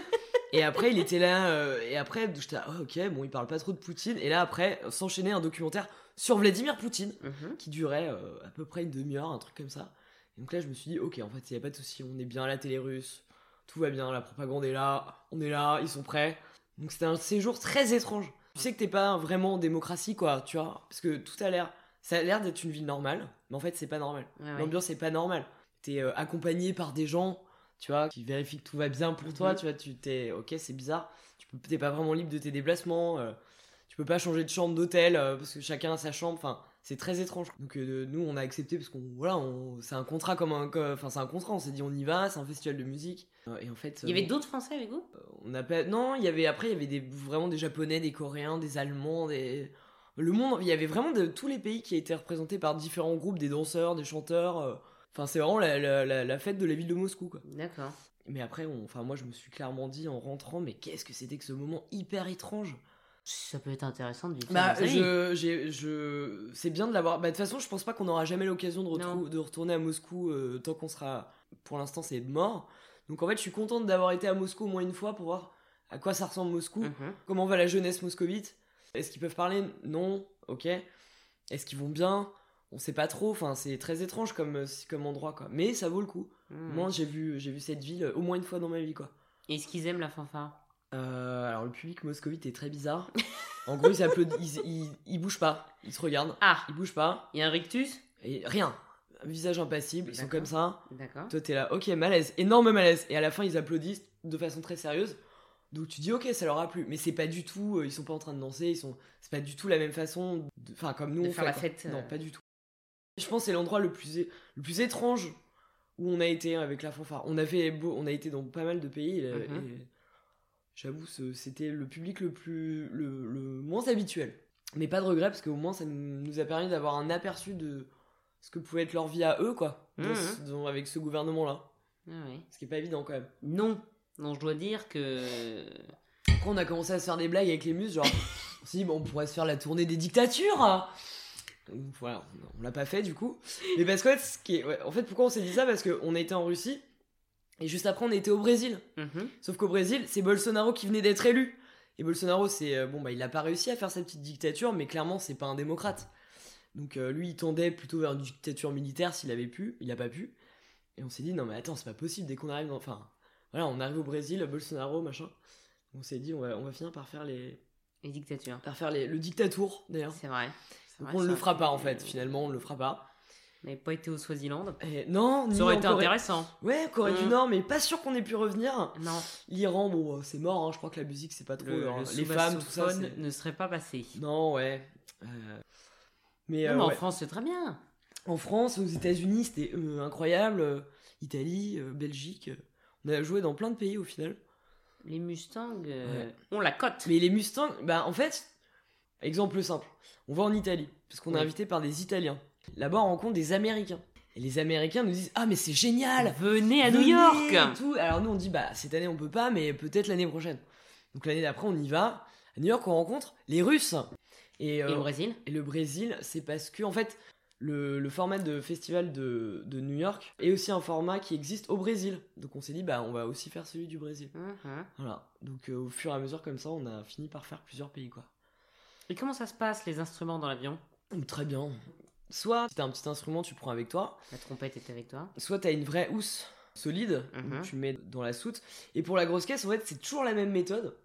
S2: et après, il était là, euh, et après, j'étais là, oh, ok, bon, il parle pas trop de Poutine. Et là, après, euh, s'enchaînait un documentaire sur Vladimir Poutine
S1: Mhm.
S2: qui durait euh, à peu près une demi-heure, un truc comme ça. Et donc là, je me suis dit, ok, en fait, il n'y a pas de souci, on est bien à la télé russe, tout va bien, la propagande est là, on est là, ils sont prêts. Donc c'était un séjour très étrange. Tu sais que t'es pas vraiment en démocratie, quoi, tu vois, parce que tout a l'air, ça a l'air d'être une ville normale, mais en fait, c'est pas normal.
S1: Ouais, ouais.
S2: L'ambiance est pas normale. T'es euh, accompagné par des gens, tu vois, qui vérifient que tout va bien pour toi,
S1: Mhm.
S2: tu vois, tu t'es, ok, c'est bizarre. Tu peux, t'es pas vraiment libre de tes déplacements. euh, tu peux pas changer de chambre d'hôtel euh, parce que chacun a sa chambre. Enfin, c'est très étrange. Donc euh, nous, on a accepté parce qu'on, voilà, on- c'est un contrat comme un, co- enfin, c'est un contrat. On s'est dit, on y va, c'est un festival de musique. Euh, et en fait,
S1: Il y avait
S2: d'autres
S1: d'autres Français avec vous
S2: on a pas- non il y avait après il y avait des vraiment des japonais des coréens des allemands des le monde il y avait vraiment de tous les pays qui étaient représentés par différents groupes des danseurs des chanteurs euh. enfin c'est vraiment la, la- la- la fête de la ville de Moscou quoi
S1: D'accord.
S2: mais après on- enfin moi je me suis clairement dit en rentrant mais qu'est-ce que c'était que ce moment hyper étrange
S1: Ça peut être intéressant de vivre ça
S2: bah
S1: dans sa vie.
S2: je j'ai- je c'est bien de l'avoir bah de toute façon je pense pas qu'on aura jamais l'occasion de, retrou- de retourner à Moscou euh, tant qu'on sera pour l'instant c'est mort donc en fait je suis contente d'avoir été à Moscou au moins une fois pour voir à quoi ça ressemble Moscou
S1: Mhm.
S2: Comment va la jeunesse moscovite Est-ce qu'ils peuvent parler Non, ok. Est-ce qu'ils vont bien On sait pas trop, enfin c'est très étrange comme, euh, comme endroit quoi. Mais ça vaut le coup.
S1: Mhm.
S2: Moi j'ai vu, j'ai vu cette ville euh, au moins une fois dans ma vie quoi.
S1: Et Est-ce qu'ils aiment la fanfare
S2: Euh, alors le public moscovite est très bizarre. En gros ils applaudissent, ils, ils, ils bougent pas, ils se regardent,
S1: Ah,
S2: ils bougent pas,
S1: il y a un rictus
S2: et rien. Visage impassible, ils sont
S1: D'accord.
S2: comme ça.
S1: D'accord.
S2: Toi, t'es là, ok, malaise, énorme malaise. Et à la fin, ils applaudissent de façon très sérieuse. Donc tu dis, ok, ça leur a plu. Mais c'est pas du tout, euh, ils sont pas en train de danser, ils sont. C'est pas du tout la même façon. de- Enfin, comme nous,
S1: De
S2: on
S1: faire
S2: fait,
S1: la
S2: quoi.
S1: fête, euh.
S2: Non, pas du tout. Je pense que c'est l'endroit le plus, é- le plus étrange où on a été hein, avec la fanfare. On a, fait beau- on a été dans pas mal de pays. et-
S1: Mhm.
S2: et J'avoue, ce- c'était le public le, plus, le, le moins habituel. Mais pas de regret, parce qu'au moins, ça nous nous a permis d'avoir un aperçu de ce que pouvait être leur vie à eux, quoi, dans
S1: Mhm.
S2: ce- dans- avec ce gouvernement-là.
S1: Ah ouais.
S2: Ce qui est pas évident quand même.
S1: Non. Non, je dois dire que.
S2: Après, on a commencé à se faire des blagues avec les muses, genre [laughs] Si, bon, on pourrait se faire la tournée des dictatures. Donc, Voilà, on- on l'a pas fait du coup. Mais parce que ce qui est- ouais, en fait, pourquoi on s'est dit ça Parce qu'on était en Russie et juste après on était au Brésil.
S1: Mhm.
S2: Sauf qu'au Brésil, c'est Bolsonaro qui venait d'être élu. Et Bolsonaro, c'est euh, bon, bah, il n'a pas réussi à faire sa petite dictature, mais clairement, c'est pas un démocrate. Donc euh, lui, il tendait plutôt vers une dictature militaire s'il avait pu. Il n'a pas pu. Et on s'est dit non, mais attends, c'est pas possible. Dès qu'on arrive, dans... enfin, voilà, on arrive au Brésil, Bolsonaro, machin. On s'est dit on va, on va finir par faire les,
S1: Les dictatures.
S2: par faire les, le dictatour d'ailleurs.
S1: C'est vrai. C'est
S2: Donc
S1: vrai,
S2: on
S1: ça.
S2: le fera pas en fait. Finalement, on le fera pas.
S1: On n'avait pas été au Swaziland.
S2: Et non, ni
S1: Ça aurait
S2: en
S1: été
S2: Corée-
S1: intéressant.
S2: Ouais, Corée du
S1: Mm.
S2: Nord, mais pas sûr qu'on ait pu revenir.
S1: Non,
S2: L'Iran, bon, euh, c'est mort, hein, je crois que la musique, c'est pas trop.
S1: le,
S2: leur-
S1: le
S2: les femmes, tout ça.
S1: saxophone
S2: c'est-
S1: ne serait pas passé.
S2: Non, ouais. Euh, Mais,
S1: Non,
S2: euh,
S1: mais en
S2: ouais.
S1: France, c'est très bien.
S2: en France, aux États-Unis, c'était euh, incroyable. euh, Italie, euh, Belgique. euh, On a joué dans plein de pays au final.
S1: Les Mustangs, euh, on la cote.
S2: Mais les Mustangs, bah en fait, exemple simple. On va en Italie, parce qu'on est
S1: Oui.
S2: invité par des Italiens. Là-bas, on rencontre des Américains. Et les Américains nous disent Ah, mais c'est génial
S1: Venez à New
S2: Venez
S1: York
S2: et tout. Alors nous on dit bah cette année on peut pas mais peut-être l'année prochaine. Donc l'année d'après on y va. À New York on rencontre les Russes. Et, euh,
S1: Et au Brésil
S2: et le Brésil c'est parce que en fait le, le format de festival de, de New York est aussi un format qui existe au Brésil. Donc on s'est dit bah on va aussi faire celui du Brésil.
S1: Mhm.
S2: Voilà. Donc euh, au fur et à mesure comme ça on a fini par faire plusieurs pays quoi.
S1: Et comment ça se passe, les instruments dans l'avion
S2: Donc, très bien. Soit si t'as un petit instrument tu prends avec toi.
S1: La trompette est avec toi
S2: soit t'as une vraie housse solide
S1: Mhm.
S2: que tu mets dans la soute et pour la grosse caisse en fait c'est toujours la même méthode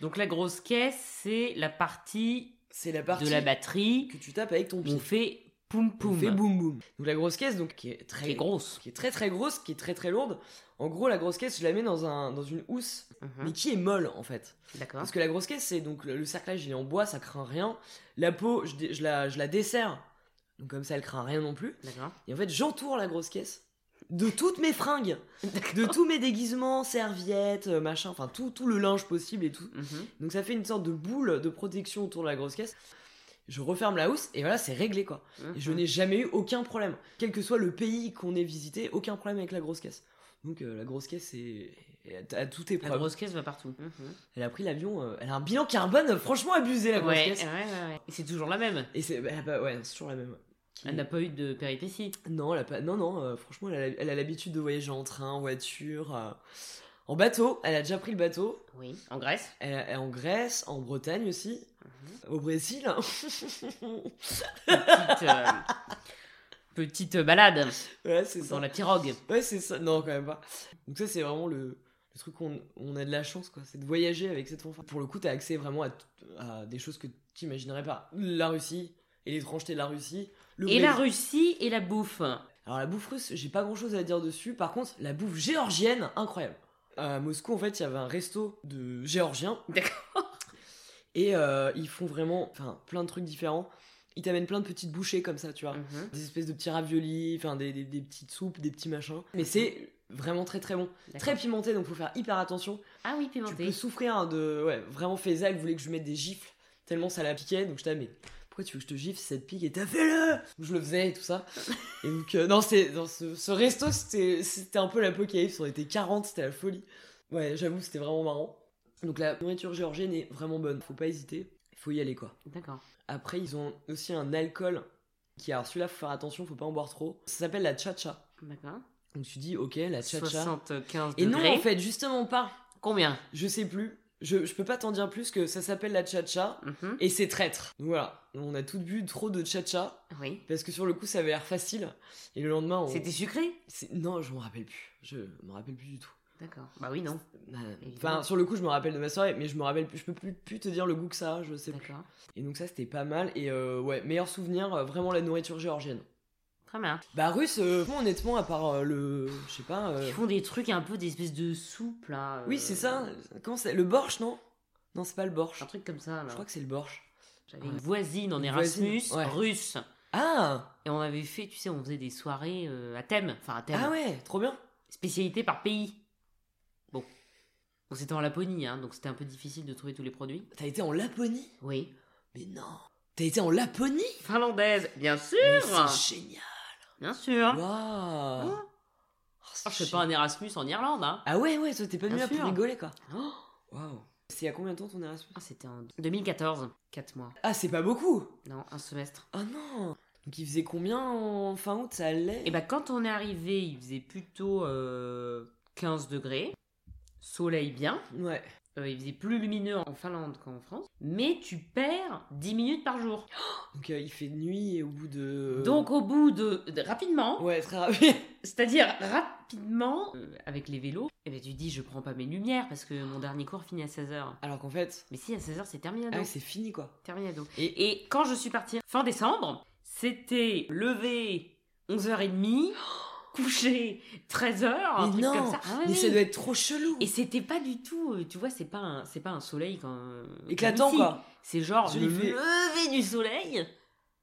S1: Donc la grosse caisse, c'est la partie
S2: c'est la partie
S1: de la batterie
S2: que tu tapes avec ton
S1: où on
S2: pied
S1: fait poum
S2: On
S1: poum.
S2: fait boum boum donc la grosse caisse donc qui est très
S1: Qui est grosse.
S2: qui est très très grosse qui est très très lourde en gros la grosse caisse je la mets dans un dans une housse
S1: Mhm.
S2: mais qui est molle en fait
S1: D'accord.
S2: parce que la grosse caisse c'est donc le, le cerclage il est en bois ça craint rien la peau je, dé- je la je la desserre donc comme ça elle craint rien non plus [laughs]
S1: D'accord.
S2: et en fait j'entoure la grosse caisse de toutes mes fringues
S1: [laughs]
S2: de tous mes déguisements, serviettes, euh, machin, enfin tout, tout le linge possible et tout.
S1: Mhm.
S2: Donc ça fait une sorte de boule de protection autour de la grosse caisse. Je referme la housse et voilà, c'est réglé quoi.
S1: Mhm.
S2: Et je n'ai jamais eu aucun problème. Quel que soit le pays qu'on ait visité, aucun problème avec la grosse caisse. Donc euh, la grosse caisse est, est à- à tout
S1: Uh-huh. La
S2: épreuve.
S1: grosse caisse va partout. Mhm.
S2: Elle a pris l'avion, euh, elle a un bilan carbone euh, franchement abusé la grosse
S1: Ouais,
S2: caisse.
S1: ouais, ouais, ouais. Et c'est toujours la même.
S2: Et c'est bah, bah, ouais, c'est toujours la même. Qui-
S1: Elle n'a pas eu de péripéties.
S2: Non, elle a pas... non, non, euh, franchement, elle a- elle a l'habitude de voyager en train, en voiture, euh, en bateau. Elle a déjà pris le bateau.
S1: Oui. En Grèce
S2: Elle- elle- en Grèce, en Bretagne aussi,
S1: Mhm.
S2: au Brésil. hein.
S1: Petite, euh, petite balade
S2: [laughs] ouais, [laughs] c'est
S1: dans
S2: ça.
S1: la pirogue.
S2: Ouais, c'est ça. Non, quand même pas. Donc ça, c'est vraiment le, le truc qu'on on a de la chance, quoi. C'est de voyager avec cette fanfare. Pour le coup, t'as accès vraiment à, t- à des choses que t'imaginerais pas. La Russie et l'étrangeté de la Russie. Le
S1: Et la
S2: Brésil.
S1: Russie et la bouffe.
S2: Alors la bouffe russe, j'ai pas grand-chose à dire dessus. Par contre, la bouffe géorgienne, incroyable. À Moscou, en fait, il y avait un resto de géorgiens.
S1: D'accord.
S2: Et euh, ils font vraiment, enfin, plein de trucs différents. Ils t'amènent plein de petites bouchées comme ça, tu vois.
S1: Mhm.
S2: des espèces de petits raviolis, enfin des, des- des petites soupes, des petits machins. Mais c'est vraiment très très bon, très
S1: D'accord.
S2: pimenté, donc faut faire hyper attention.
S1: Ah oui,
S2: Tu peux
S1: pimenté.
S2: souffrir hein, de, ouais, vraiment Faiza, elle voulait que je lui mette des gifles tellement ça la piquait, donc je t'ai mais pourquoi tu veux que je te gifle si ça te pique et t'as fait le, je le faisais et tout
S1: [laughs]
S2: ça. et donc euh, non, c'est dans ce, ce resto c'était c'était un peu l'apocalypse, on était 40, c'était la folie. Ouais, j'avoue c'était vraiment marrant. Donc la nourriture géorgienne est vraiment bonne, faut pas hésiter, faut y aller quoi.
S1: D'accord.
S2: Après, ils ont aussi un alcool qui, alors celui-là, faut faire attention, faut pas en boire trop. Ça s'appelle la cha-cha.
S1: D'accord.
S2: Donc tu dis, ok, la cha-cha.
S1: 75
S2: Et non,
S1: degrés.
S2: en fait, justement pas.
S1: Combien
S2: Je sais plus. Je, je peux pas t'en dire plus que ça s'appelle la cha-cha
S1: Mhm.
S2: et c'est traître. Donc voilà, on a toutes bu trop de cha-cha
S1: Oui.
S2: parce que sur le coup, ça avait l'air facile. Et le lendemain, on...
S1: C'était sucré
S2: c'est- Non, je m'en rappelle plus. Je m'en rappelle plus du tout.
S1: D'accord. Bah oui, non.
S2: Euh,
S1: Évidemment.
S2: Enfin, sur le coup, je me rappelle de ma soirée, mais je me rappelle plus. Je peux plus, plus te dire le goût que ça, a, je sais plus.
S1: D'accord.
S2: Et donc ça, c'était pas mal. Et euh, ouais, meilleur souvenir, euh, vraiment la nourriture géorgienne.
S1: Très bien.
S2: Bah russe, euh, moi, honnêtement, à part euh, le, je sais pas. euh,
S1: Ils font des trucs un peu des espèces de soupes là. euh,
S2: Oui, c'est ça. Comment c'est Le borsch, non Non, c'est pas le borsch.
S1: Un truc comme ça. là.
S2: Je crois que c'est le borsch.
S1: J'avais une voisine en
S2: Une voisine,
S1: Erasmus
S2: ouais.
S1: russe.
S2: Ah,
S1: Et on avait fait, tu sais, on faisait des soirées euh, à thème. Enfin, à thème.
S2: ah ouais, trop bien.
S1: Spécialité par pays. Bon. On s'était en Laponie, hein, donc c'était un peu difficile de trouver tous les produits.
S2: T'as été en Laponie
S1: Oui.
S2: Mais non. T'as été en Laponie
S1: Finlandaise, bien sûr
S2: Mais C'est génial.
S1: Bien sûr
S2: Waouh.
S1: Hein
S2: Oh, c'est
S1: Ah, Je fais
S2: génial.
S1: pas un Erasmus en Irlande, hein
S2: Ah ouais, ouais, toi t'es pas
S1: Bien
S2: venu là pour
S1: sûr.
S2: rigoler quoi.
S1: Oh.
S2: Waouh. c'est il y a combien de temps ton Erasmus
S1: Ah, c'était en 2014, 4 mois.
S2: Ah, c'est pas beaucoup
S1: Non, un semestre.
S2: Oh non Donc il faisait combien en fin août Ça allait
S1: Et bah quand on est arrivé, il faisait plutôt euh, 15 degrés, soleil bien.
S2: Ouais.
S1: Euh, il faisait plus lumineux en Finlande qu'en France, mais tu perds 10 minutes par jour.
S2: Donc euh, il fait nuit et au bout de.
S1: Donc au bout de, de- rapidement,
S2: Euh, Ouais, très rapide. [laughs]
S1: c'est-à-dire rapidement, euh, avec les vélos, et ben tu dis je prends pas mes lumières parce que mon dernier cours finit à 16h.
S2: Alors qu'en fait.
S1: Mais si à 16h c'est terminado.
S2: Ah oui, c'est fini quoi.
S1: terminado.
S2: Et.
S1: Et quand je suis partie fin décembre, c'était levé
S2: [gasps]
S1: 11h30, couché 13h, un
S2: Mais
S1: truc
S2: non,
S1: comme ça. Ah ouais,
S2: Mais ça
S1: oui.
S2: doit être trop chelou
S1: Et c'était pas du tout, euh, tu vois, c'est pas un, c'est pas un soleil quand comme
S2: Éclatant
S1: ici.
S2: quoi
S1: C'est genre
S2: Je
S1: le
S2: l'ai fait.
S1: lever du soleil.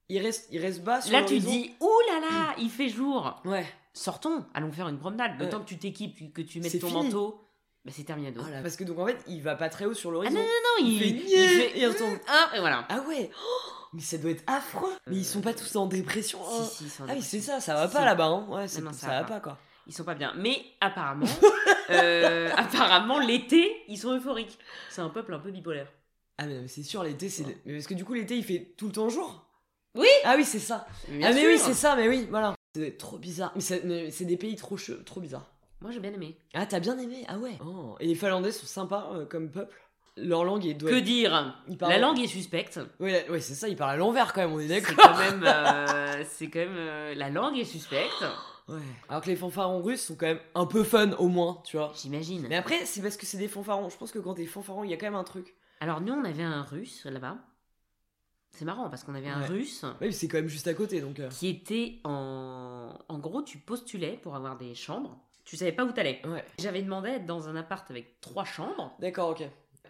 S2: Il reste, il reste bas sur
S1: Là tu
S2: l'horizon.
S1: dis ouh là là, il fait jour.
S2: Ouais.
S1: Sortons, allons faire une promenade. Le
S2: Ouais.
S1: temps que tu t'équipes, que tu mettes
S2: C'est
S1: ton
S2: fini.
S1: manteau, bah, c'est terminado.
S2: Oh là, parce que donc en fait, il va pas très haut sur
S1: Ah
S2: l'horizon.
S1: non non non,
S2: Il
S1: il,
S2: fait
S1: il
S2: yeah,
S1: fait
S2: et il retombe.
S1: ah, et voilà.
S2: Ah ouais [gasps] Oh, Mais ça doit être affreux Mais ils sont pas tous en dépression hein.
S1: Euh, Si, si, sans
S2: Ah oui,
S1: déconner.
S2: c'est ça, ça va pas
S1: Si.
S2: là-bas. Hein. Ouais, c'est-
S1: non,
S2: ça, va pas quoi.
S1: Ils sont pas bien. Mais
S2: [laughs]
S1: apparemment, euh, apparemment l'été, ils sont euphoriques. C'est un peuple un peu bipolaire.
S2: Ah mais, non, mais c'est sûr, l'été, c'est.
S1: Ouais.
S2: Mais parce que du coup, l'été, il fait tout le temps jour
S1: Oh. Oui.
S2: Ah oui, c'est ça
S1: Bien
S2: Ah mais oui,
S1: sûr.
S2: c'est ça, mais oui, voilà Ça doit être trop bizarre. Mais ça- mais c'est des pays trop, che- trop bizarres.
S1: Moi j'ai bien aimé.
S2: Ah, t'as bien aimé Ah ouais Oh, Et les Finlandais sont sympas euh, comme peuple. Leur langue est.
S1: Que dire
S2: Ils parlent-
S1: La langue est suspecte.
S2: Ouais, la- ouais, c'est ça, ils parlent à l'envers quand même, on est
S1: C'est
S2: d'accord
S1: quand même, euh, c'est quand même euh, la langue est suspecte.
S2: Ouais. Alors que les fanfarons russes sont quand même un peu fun au moins, tu vois.
S1: J'imagine.
S2: Mais après, c'est parce que c'est des fanfarons. Je pense que quand t'es fanfaron, il y a quand même un truc.
S1: Alors nous, on avait un russe là-bas. C'est marrant parce qu'on avait un
S2: Ouais.
S1: russe
S2: Oui, mais c'est quand même juste à côté, donc. euh,
S1: qui était en... En gros, tu postulais pour avoir des chambres. Tu savais pas où t'allais.
S2: Ouais.
S1: J'avais demandé à être dans un appart avec trois chambres
S2: D'accord, ok.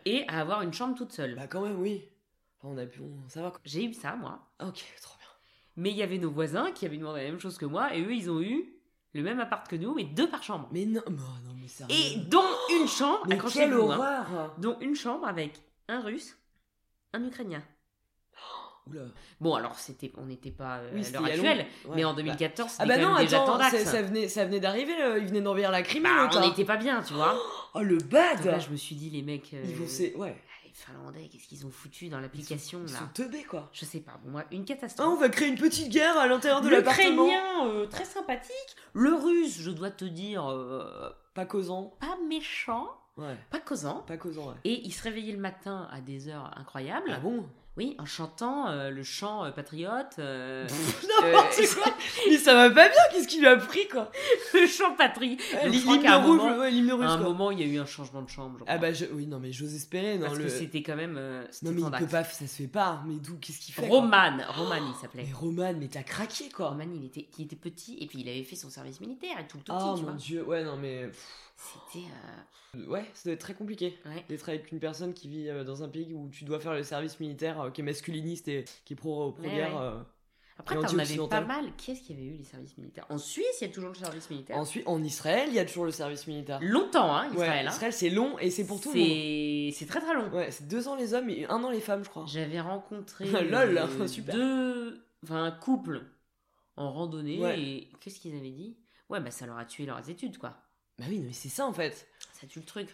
S1: et à avoir une chambre toute seule.
S2: Bah quand même, oui. Enfin, on a pu, on- ça va quoi.
S1: J'ai eu ça, moi.
S2: Ah, ok, trop bien.
S1: Mais il y avait nos voisins qui avaient demandé la même chose que moi et eux, ils ont eu le même appart que nous, mais deux par chambre.
S2: Mais non, mais, oh, non, mais sérieux.
S1: Et dont une chambre,
S2: mais quelle
S1: accrochez-vous, hein,
S2: horreur
S1: dont une chambre avec un russe, un ukrainien.
S2: Oula.
S1: Bon, alors c'était, on n'était pas euh,
S2: Oui,
S1: à
S2: c'était
S1: l'heure
S2: il y a
S1: actuelle,
S2: longtemps. Ouais.
S1: Euh, mais en 2014, c'était
S2: Ah bah
S1: quand
S2: non,
S1: même déjà
S2: attends,
S1: Tandax.
S2: ça, ça venait, ça venait d'arriver, le- il venait d'envahir la crime.
S1: Bah,
S2: l'autre,
S1: on
S2: hein.
S1: n'était pas bien, tu vois.
S2: Oh le
S1: Donc là,
S2: bad
S1: je me suis dit, les mecs, euh,
S2: Ils vont, c'est... Ouais,
S1: les Finlandais, qu'est-ce qu'ils ont foutu dans l'application
S2: ils sont
S1: là
S2: teubés quoi.
S1: Je sais pas, bon, moi, une
S2: Ah, on
S1: catastrophe.
S2: va créer une petite guerre à l'intérieur de l'appartement.
S1: L'Ukrainien, euh, très sympathique. Le Russe, je dois te dire, euh,
S2: Pas causant.
S1: pas méchant,
S2: Ouais,
S1: pas causant.
S2: pas causant, ouais.
S1: Et il se réveillait le matin à des heures incroyables.
S2: Ah bon
S1: Oui, en chantant euh, le chant euh, patriote. euh,
S2: [laughs] N'importe quoi
S1: [laughs]
S2: Mais ça va pas bien, qu'est-ce qu'il lui a pris quoi
S1: le chant patrie.
S2: Eh,
S1: Donc, je
S2: L'hymne
S1: crois qu'à un
S2: rouge,
S1: moment-
S2: ouais, l'hymne
S1: À
S2: russe
S1: un
S2: quoi.
S1: moment, il y a eu un changement de chambre. je
S2: Ah
S1: crois.
S2: bah je- oui, non mais j'ose espérer, non
S1: Parce
S2: le...
S1: que c'était quand même. euh, c'était
S2: Non mais il
S1: Tandax.
S2: peut pas, ça se fait pas, mais d'où, qu'est-ce qu'il fait quoi
S1: Roman, Roman, il s'appelait.
S2: Mais Roman, mais t'as craqué quoi
S1: Roman, il était, il était petit et puis il avait fait son service militaire et tout le tout
S2: Oh
S1: petit, tu vois.
S2: mon dieu, ouais non mais... pff,
S1: C'était. euh,
S2: Ouais, ça doit être très compliqué
S1: ouais.
S2: d'être avec une personne qui vit euh, dans un pays où tu dois faire le service militaire, euh, qui est masculiniste et qui est pro- pro-guerre.
S1: Ouais, ouais.
S2: euh.
S1: Après,
S2: Et
S1: t'en avais pas
S2: anti-occidental.
S1: mal. Qui est-ce qui avait eu les services militaires En Suisse, il y a toujours le service militaire.
S2: euh, Ensuite, en Israël, il y a toujours le service militaire.
S1: Longtemps, hein, Israël.
S2: ouais,
S1: hein.
S2: Israël c'est long et c'est pour tout le monde.
S1: C'est c'est très très long.
S2: Ouais, c'est deux ans les hommes et un an les femmes, je crois.
S1: J'avais rencontré
S2: [laughs] Lol,
S1: euh,
S2: super.
S1: deux, enfin un couple en randonnée
S2: Ouais.
S1: et qu'est-ce qu'ils avaient dit Ouais, bah ça leur a tué leurs études quoi.
S2: Bah oui, non, mais c'est ça en fait.
S1: Ça tue le truc.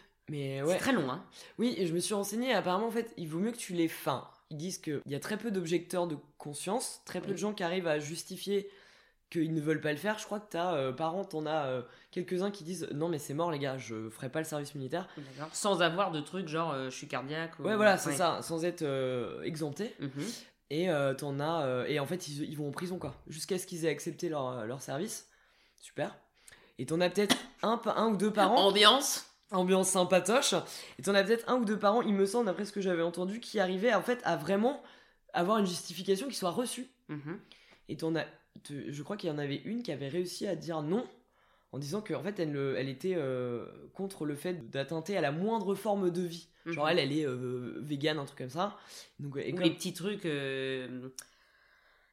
S1: C'est
S2: Mais Eh ouais.
S1: très long hein.
S2: Oui, et je me suis renseigné. Apparemment, en fait, il vaut mieux que tu les fins. Ils disent qu'il y a très peu d'objecteurs de conscience, très peu
S1: Oui.
S2: de gens qui arrivent à justifier qu'ils ne veulent pas le faire. Je crois que t'as, euh, par an, t'en as euh, quelques-uns qui disent non, mais c'est mort, les gars, je ferai pas le service militaire.
S1: D'accord. Sans avoir de trucs genre euh, je suis cardiaque. ou-
S2: Mmh, Ouais, voilà, c'est ça, sans être euh, exempté.
S1: Mhm.
S2: Et euh, t'en as, euh, et en fait, ils, ils vont en prison, quoi, jusqu'à ce qu'ils aient accepté leur, euh, leur service. Super. Et t'en as peut-être un, pa- un ou deux par an.
S1: Ambiance.
S2: ambiance sympatoche. Et t'en as peut-être un ou deux parents, il me semble, d'après ce que j'avais entendu, qui arrivaient en fait à vraiment avoir une justification qui soit reçue.
S1: Mhm.
S2: Et t'en as, te- je crois qu'il y en avait une qui avait réussi à dire non en disant qu'en fait elle, le- elle était euh, contre le fait d'attenter à la moindre forme de vie. Genre
S1: Mhm.
S2: elle, elle est euh, végane, un truc comme ça. Donc, et
S1: Ou
S2: comme-
S1: les petits trucs. euh,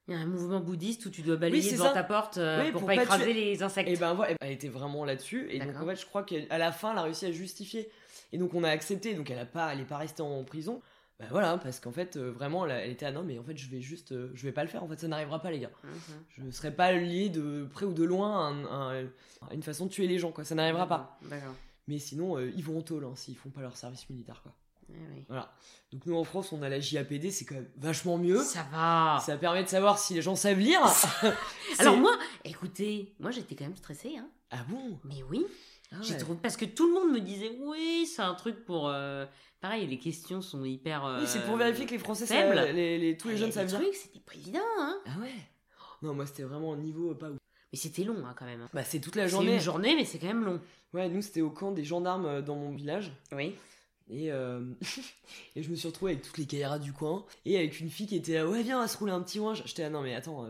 S1: Il y a un mouvement bouddhiste où tu dois balayer
S2: c'est
S1: devant
S2: ça.
S1: ta porte euh,
S2: Oui,
S1: pour,
S2: pour
S1: pas Eh
S2: pas
S1: écraser
S2: tuer-
S1: les insectes.
S2: Et ben voilà, elle était vraiment là-dessus. Et donc
S1: D'accord.
S2: en fait, je crois qu'à la fin, elle a réussi à justifier. Et donc on a accepté. Donc elle a pas, elle est pas restée en prison. Bah voilà, parce qu'en fait, euh, vraiment, elle, a- elle était ah non, mais en fait, je vais juste, euh, je vais pas le faire. En fait, ça n'arrivera pas, les gars.
S1: Mhm.
S2: Je ne serai pas lié de près ou de loin à, un- à un- à une façon de tuer les gens, quoi. Ça n'arrivera pas.
S1: D'accord.
S2: Mais sinon, euh, ils vont en tôle hein, s'ils font pas leur service militaire, quoi.
S1: Ah oui.
S2: Voilà. Donc nous en France, on a la JAPD, c'est quand même vachement mieux.
S1: Ça va.
S2: Ça permet de savoir si les gens savent lire. [laughs] C'est-
S1: Alors moi, écoutez, moi j'étais quand même stressée. Hein.
S2: ah bon
S1: Mais oui,
S2: Ah
S1: j'ai
S2: ouais.
S1: trouvé parce que tout le monde me disait oui, c'est un truc pour. euh, Pareil, les questions sont hyper. euh,
S2: Oui, c'est pour vérifier que les Français,
S1: faible. Ah,
S2: savent, les, les- tous les jeunes savent lire.
S1: truc, c'était pas évident. Hein.
S2: Ah ouais. Non, moi c'était vraiment un niveau euh, pas ouf.
S1: Mais c'était long hein, quand même.
S2: Bah c'est toute la
S1: C'est une
S2: journée.
S1: journée, mais c'est quand même long.
S2: Ouais, nous c'était au camp des gendarmes euh, dans mon village.
S1: Oui.
S2: Et, euh, [laughs] et je me suis retrouvé avec toutes les caïras du coin et avec une fille qui était là, ouais, viens, on va se rouler un petit ouinge. J'étais là, non, mais attends, euh,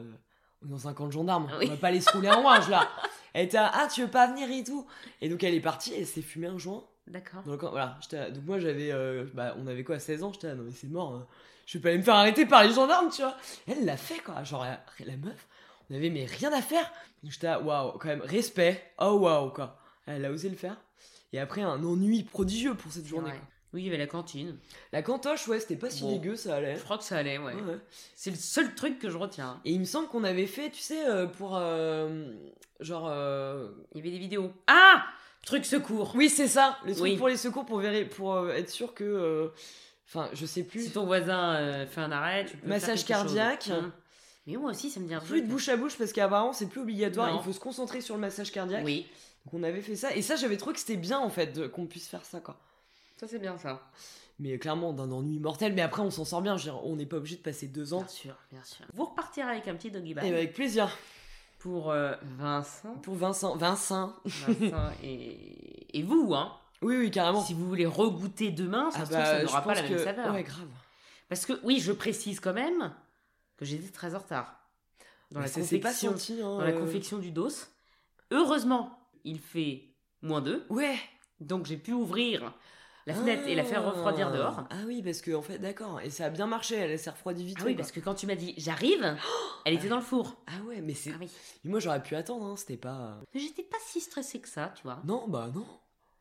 S2: on est dans un camp de gendarmes,
S1: Ah oui.
S2: on va pas aller se rouler un ouinge là. Elle était là, ah, tu veux pas venir et tout. Et donc elle est partie et elle s'est fumée un joint
S1: D'accord.
S2: dans le camp. Voilà, j'étais là. Donc moi j'avais, euh, bah, on avait quoi, 16 ans, j'étais là, non, mais c'est mort, hein. je vais pas aller me faire arrêter par les gendarmes, tu vois. Elle l'a fait quoi, genre la, la meuf, on avait mais rien à faire. Donc j'étais là, waouh, quand même, respect, oh waouh quoi. Elle a osé le faire. Et après, un ennui prodigieux pour cette
S1: C'est
S2: journée.
S1: vrai.
S2: quoi.
S1: Oui, il y avait la cantine.
S2: La cantoche, ouais, c'était pas si
S1: Bon.
S2: dégueu, ça allait.
S1: Je crois que ça allait, ouais.
S2: Ouais, ouais.
S1: C'est le seul truc que je retiens. hein.
S2: Et il me semble qu'on avait fait, tu sais, euh, pour. euh, genre. euh,
S1: Il y avait des vidéos. Ah Truc secours.
S2: Oui, c'est ça, le truc
S1: Oui.
S2: pour les secours pour, véri- pour euh, être sûr que. euh, Enfin, je sais
S1: Si
S2: plus.
S1: ton voisin euh, fait un arrêt, tu peux
S2: Massage
S1: faire quelque chose.
S2: cardiaque.
S1: Hum. Mais moi aussi, ça me dit un
S2: Plus
S1: truc.
S2: de bouche à bouche parce qu'apparemment, c'est plus obligatoire.
S1: Non.
S2: Il faut se concentrer sur le massage cardiaque.
S1: Oui.
S2: Donc on avait fait ça. Et ça, j'avais trouvé que c'était bien en fait de- qu'on puisse faire ça, quoi.
S1: Ça, c'est bien ça.
S2: Mais euh, clairement, d'un ennui mortel. Mais après, on s'en sort bien. Je veux dire, on n'est pas obligé de passer deux ans.
S1: Bien sûr, bien sûr. Vous repartirez avec un petit doggy bag
S2: Et avec plaisir.
S1: pour euh, Vincent,
S2: Pour Vincent. Vincent. [laughs]
S1: Vincent et, et vous. Hein.
S2: Oui, oui, carrément. Ah bah,
S1: Si vous voulez regoûter demain, ça, se trouve, ça
S2: je
S1: n'aura pas la
S2: pense
S1: même
S2: que-
S1: saveur.
S2: Ouais, grave.
S1: Parce que, oui, je précise quand même que j'étais très en retard dans, la
S2: C'est- c'est pas
S1: confection,
S2: senti, hein,
S1: dans la
S2: euh.
S1: confection du dos. Heureusement, il fait moins 2,
S2: Ouais.
S1: donc j'ai pu ouvrir la fenêtre et la faire
S2: Ah.
S1: refroidir dehors.
S2: Ah oui, parce que en fait, d'accord. Et ça a bien marché, elle s'est refroidie vite.
S1: Ah oui,
S2: quoi.
S1: parce que quand tu m'as dit
S2: [gasps]
S1: j'arrive, elle était dans le four.
S2: Ah ouais, mais c'est.
S1: Ah oui.
S2: Mais Moi, j'aurais pu attendre, hein, c'était pas.
S1: Mais J'étais pas si stressée que ça, tu vois.
S2: Non, bah non.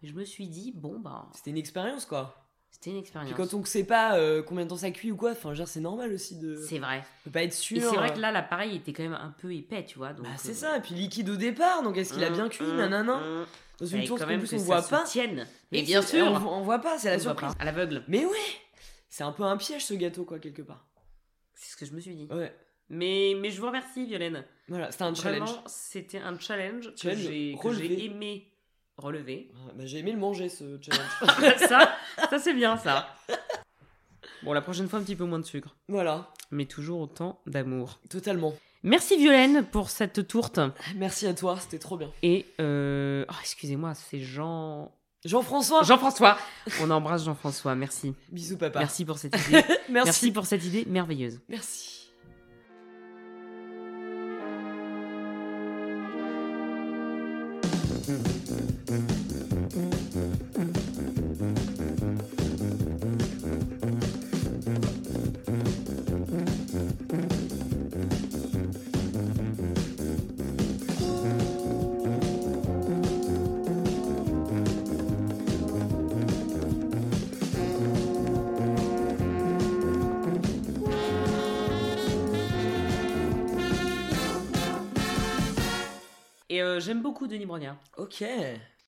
S1: Je me suis dit, bon, bah,
S2: C'était une expérience, quoi.
S1: c'était une
S2: Puis
S1: expérience.
S2: quand on sait pas euh, combien de temps ça cuit ou quoi, enfin, je veux dire, c'est normal aussi de.
S1: C'est vrai.
S2: On peut pas être
S1: Et
S2: sûr.
S1: c'est vrai
S2: euh.
S1: que là, l'appareil était quand même un peu épais, tu vois. donc,
S2: Bah, c'est
S1: euh,
S2: ça, et puis liquide au départ, donc est-ce qu'il a
S1: hum,
S2: bien cuit,
S1: hum,
S2: nanana
S1: hum.
S2: Dans
S1: Fallait
S2: une tour,
S1: quand
S2: en
S1: même
S2: plus,
S1: que
S2: on
S1: ça
S2: voit
S1: se
S2: pas.
S1: tienne. Mais
S2: Et
S1: bien
S2: c'est-
S1: sûr,
S2: On, on voit pas, c'est la
S1: On voit
S2: surprise.
S1: pas. à l'aveugle.
S2: Mais ouais C'est un peu un piège ce gâteau, quoi, quelque part.
S1: C'est ce que je me suis dit.
S2: Ouais.
S1: Mais, mais je vous remercie, Violaine.
S2: Voilà, c'était un challenge.
S1: Vraiment, c'était un challenge que
S2: Challenge
S1: j'ai que
S2: relevé.
S1: j'ai aimé relever. [laughs]
S2: Ouais, Bah, j'ai aimé le manger, ce challenge. [laughs]
S1: ça, ça c'est bien ça. Bon, la prochaine fois, un petit peu moins de sucre,
S2: voilà,
S1: mais toujours autant d'amour.
S2: totalement.
S1: Merci, Violaine, pour cette tourte.
S2: Merci à toi, c'était trop bien.
S1: Et, euh, oh, excusez-moi, c'est Jean...
S2: Jean-François,
S1: Jean-François On embrasse Jean-François, merci.
S2: bisous papa.
S1: Merci pour cette idée. Merci
S2: [laughs] Merci.
S1: pour cette idée merveilleuse.
S2: Merci.
S1: Et euh, j'aime beaucoup Denis Brognard.
S2: Ok.